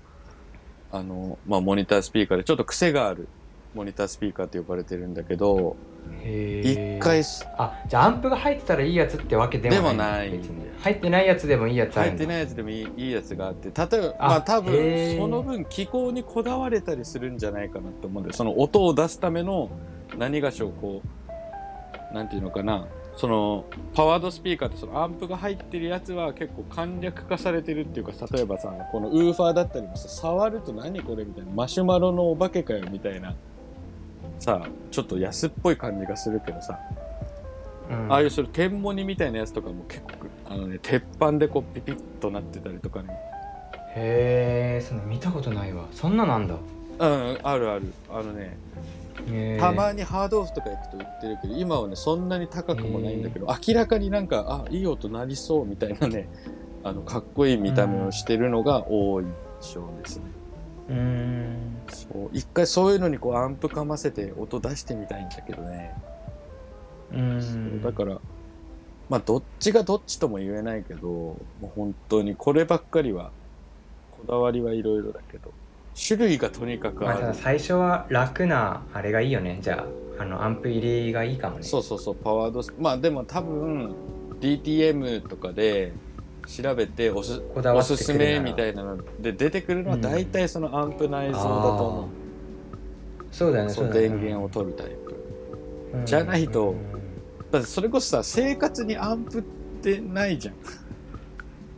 Speaker 1: あの、まあ、モニタースピーカーでちょっと癖があるモニタースピーカーって呼ばれてるんだけど一、
Speaker 2: へえ
Speaker 1: 回す
Speaker 2: あじゃあアンプが入ってたらいいやつってわけでもない
Speaker 1: でもない
Speaker 2: 別に入ってないやつでもいいやつあ
Speaker 1: 入
Speaker 2: る
Speaker 1: っ
Speaker 2: ん
Speaker 1: て
Speaker 2: だ
Speaker 1: ないやつでもいいいいやつがあって例えば
Speaker 2: あ
Speaker 1: まあ多
Speaker 2: へ
Speaker 1: 分
Speaker 2: ー
Speaker 1: その分気候にこだわれたりするんじゃないかなと思うんでその音を出すための何がしをこうなんていうのかなそのパワードスピーカーってそのアンプが入ってるやつは結構簡略化されてるっていうか例えばさこのウーファーだったりもさ触ると何これみたいなマシュマロのお化けかよみたいなさちょっと安っぽい感じがするけどさ
Speaker 2: うん
Speaker 1: ああいうそれ天モニみたいなやつとかも結構あのね鉄板でこうピピッとなってたりとかね
Speaker 2: へえその見たことないわそんななんだ
Speaker 1: うんあるあるあのね
Speaker 2: へー
Speaker 1: たまにハードオフとか行くと売ってるけど今はねそんなに高くもないんだけど明らかになんかあいい音なりそうみたいなね あのかっこいい見た目をしてるのが多い印象ですね、
Speaker 2: うーん
Speaker 1: そう一回そういうのにこうアンプかませて音出してみたいんだけどね、
Speaker 2: う
Speaker 1: そ
Speaker 2: ん
Speaker 1: うだからまあどっちがどっちとも言えないけどもう本当にこればっかりはこだわりはいろいろだけど種類がとにかく
Speaker 2: ま
Speaker 1: あ
Speaker 2: あ、ただ
Speaker 1: る
Speaker 2: 最初は楽なあれがいいよねじゃああのアンプ入りがいいかもね
Speaker 1: そうそうそうパワードスまあでも多分 DTM とかで調べておす
Speaker 2: こだわ
Speaker 1: お
Speaker 2: って
Speaker 1: す
Speaker 2: くる
Speaker 1: す
Speaker 2: なら
Speaker 1: めみたいなので出てくるのは大体そのアンプ内蔵だと思う
Speaker 2: あ、ーそうだよね
Speaker 1: そ
Speaker 2: そう
Speaker 1: う
Speaker 2: だよね
Speaker 1: 電源を取るタイプ
Speaker 2: うん
Speaker 1: じゃないと
Speaker 2: うん
Speaker 1: だってそれこそさ生活にアンプってないじゃん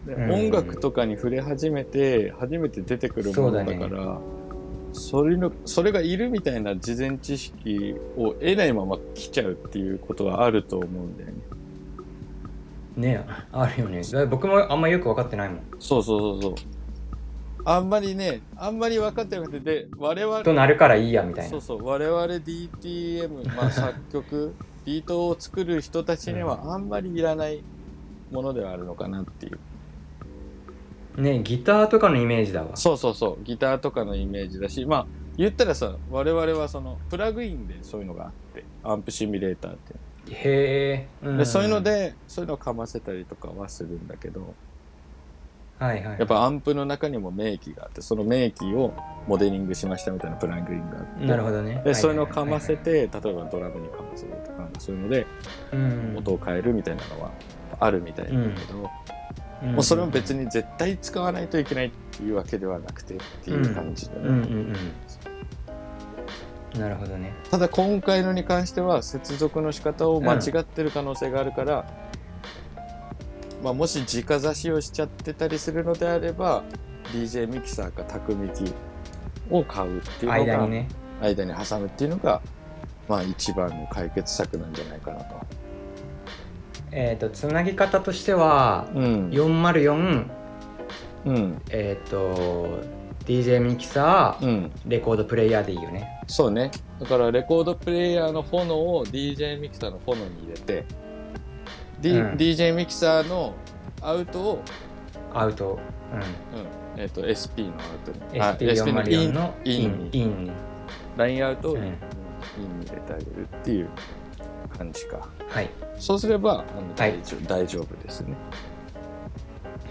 Speaker 1: で
Speaker 2: うん
Speaker 1: 音楽とかに触れ始めて初めて出てくるものだから
Speaker 2: そうだ
Speaker 1: それのそれがいるみたいな事前知識を得ないまま来ちゃうっていうことはあると思うんだよね
Speaker 2: ねあるよねだから僕もあんまよく分かってないもん
Speaker 1: そうそうそうそう。あんまりね、あんまり分かってなくて、で、我々、
Speaker 2: となるからいいやみたい
Speaker 1: そ
Speaker 2: な
Speaker 1: うそう、我々 DTM、ま あ、作曲、ビートを作る人たちにはあんまりいらないものではあるのかなっていう。
Speaker 2: ねギターとかのイメージだわ
Speaker 1: そうそうそう、ギターとかのイメージだし、まあ、言ったらさ、我々はその、プラグインでそういうのがあって、アンプシミュレーターって。
Speaker 2: へえ、
Speaker 1: で、そういうので、そういうのをかませたりとかはするんだけど、
Speaker 2: はいはい
Speaker 1: やっぱアンプの中にも名機があって、その名機をモデリングしましたみたいなプラグインがあって。
Speaker 2: なるほどねはいはい
Speaker 1: で、
Speaker 2: はい
Speaker 1: そういうのをかませて、例えばドラムにかませるとか、なんかそういうので、
Speaker 2: うん
Speaker 1: 音を変えるみたいなのはあるみたいなんだけど、も
Speaker 2: うん
Speaker 1: うそれも別に絶対使わないといけないっていうわけではなくてっていう感じで、ね
Speaker 2: うんうんうんなるほどね
Speaker 1: ただ今回のに関しては、接続の仕方を間違ってる可能性があるから、まあ、もし直差しをしちゃってたりするのであれば、DJ ミキサーか卓ミキを買うっていうの
Speaker 2: 間
Speaker 1: が、
Speaker 2: にね
Speaker 1: 間に挟むっていうのが、まあ一番の解決策なんじゃないかなと。
Speaker 2: えっ、とつなぎ方としては
Speaker 1: うん。
Speaker 2: 404
Speaker 1: うん。
Speaker 2: えっ、と DJ ミキサー、
Speaker 1: うん。
Speaker 2: レコードプレイヤーでいいよね
Speaker 1: そうね。だからレコードプレイヤーの炎を DJ ミキサーの炎に入れて、D
Speaker 2: うん
Speaker 1: DJ ミキサーのアウトを
Speaker 2: アウト、
Speaker 1: うんえっと SP のアウト
Speaker 2: う
Speaker 1: に
Speaker 2: ん、
Speaker 1: あ SP のイ
Speaker 2: SP404
Speaker 1: ン
Speaker 2: のイ
Speaker 1: イ
Speaker 2: ン
Speaker 1: ン
Speaker 2: インに
Speaker 1: ラインアウトを
Speaker 2: う
Speaker 1: イン
Speaker 2: ん
Speaker 1: に入れてあげるっていう感じか
Speaker 2: はい
Speaker 1: そうすればあの
Speaker 2: はい
Speaker 1: 大丈夫大丈夫ですね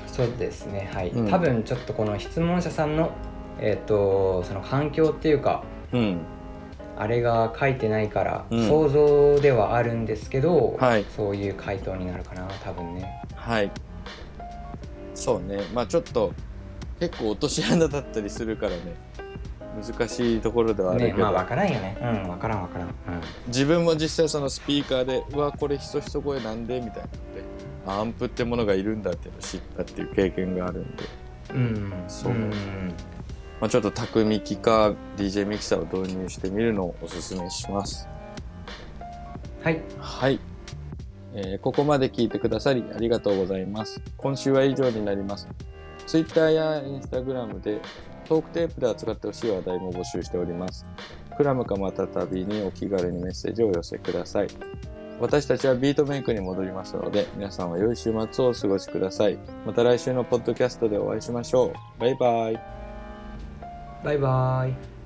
Speaker 2: そうですねはい、
Speaker 1: うん
Speaker 2: 多分ちょっとこの質問者さんのえっ、とその環境っていうか
Speaker 1: うん
Speaker 2: あれが書いてないから、
Speaker 1: うん
Speaker 2: 想像ではあるんですけど、
Speaker 1: はい
Speaker 2: そういう回答になるかな多分ね
Speaker 1: はいそうねまあちょっと結構落とし穴だったりするからね難しいところではあるけ
Speaker 2: ね
Speaker 1: ど、
Speaker 2: まあ分からんよねうん分からん分からん、うん
Speaker 1: 自分も実際そのスピーカーで「うわこれひそひそ声なんで?」みたいなのでアンプってものがいるんだっていうのを知ったっていう経験があるんで、
Speaker 2: うん
Speaker 1: そうんまあ、ちょっと宅ミキか DJ ミキサーを導入してみるのをおすすめします
Speaker 2: はい
Speaker 1: はい、えーここまで聞いてくださりありがとうございます今週は以上になります Twitter や Instagram でトークテープで扱ってほしい話題も募集しておりますクラムかまたたびにお気軽にメッセージをお寄せください私たちはビートメイクに戻りますので皆さんは良い週末をお過ごしくださいまた来週のポッドキャストでお会いしましょうバイバイ
Speaker 2: バイバイ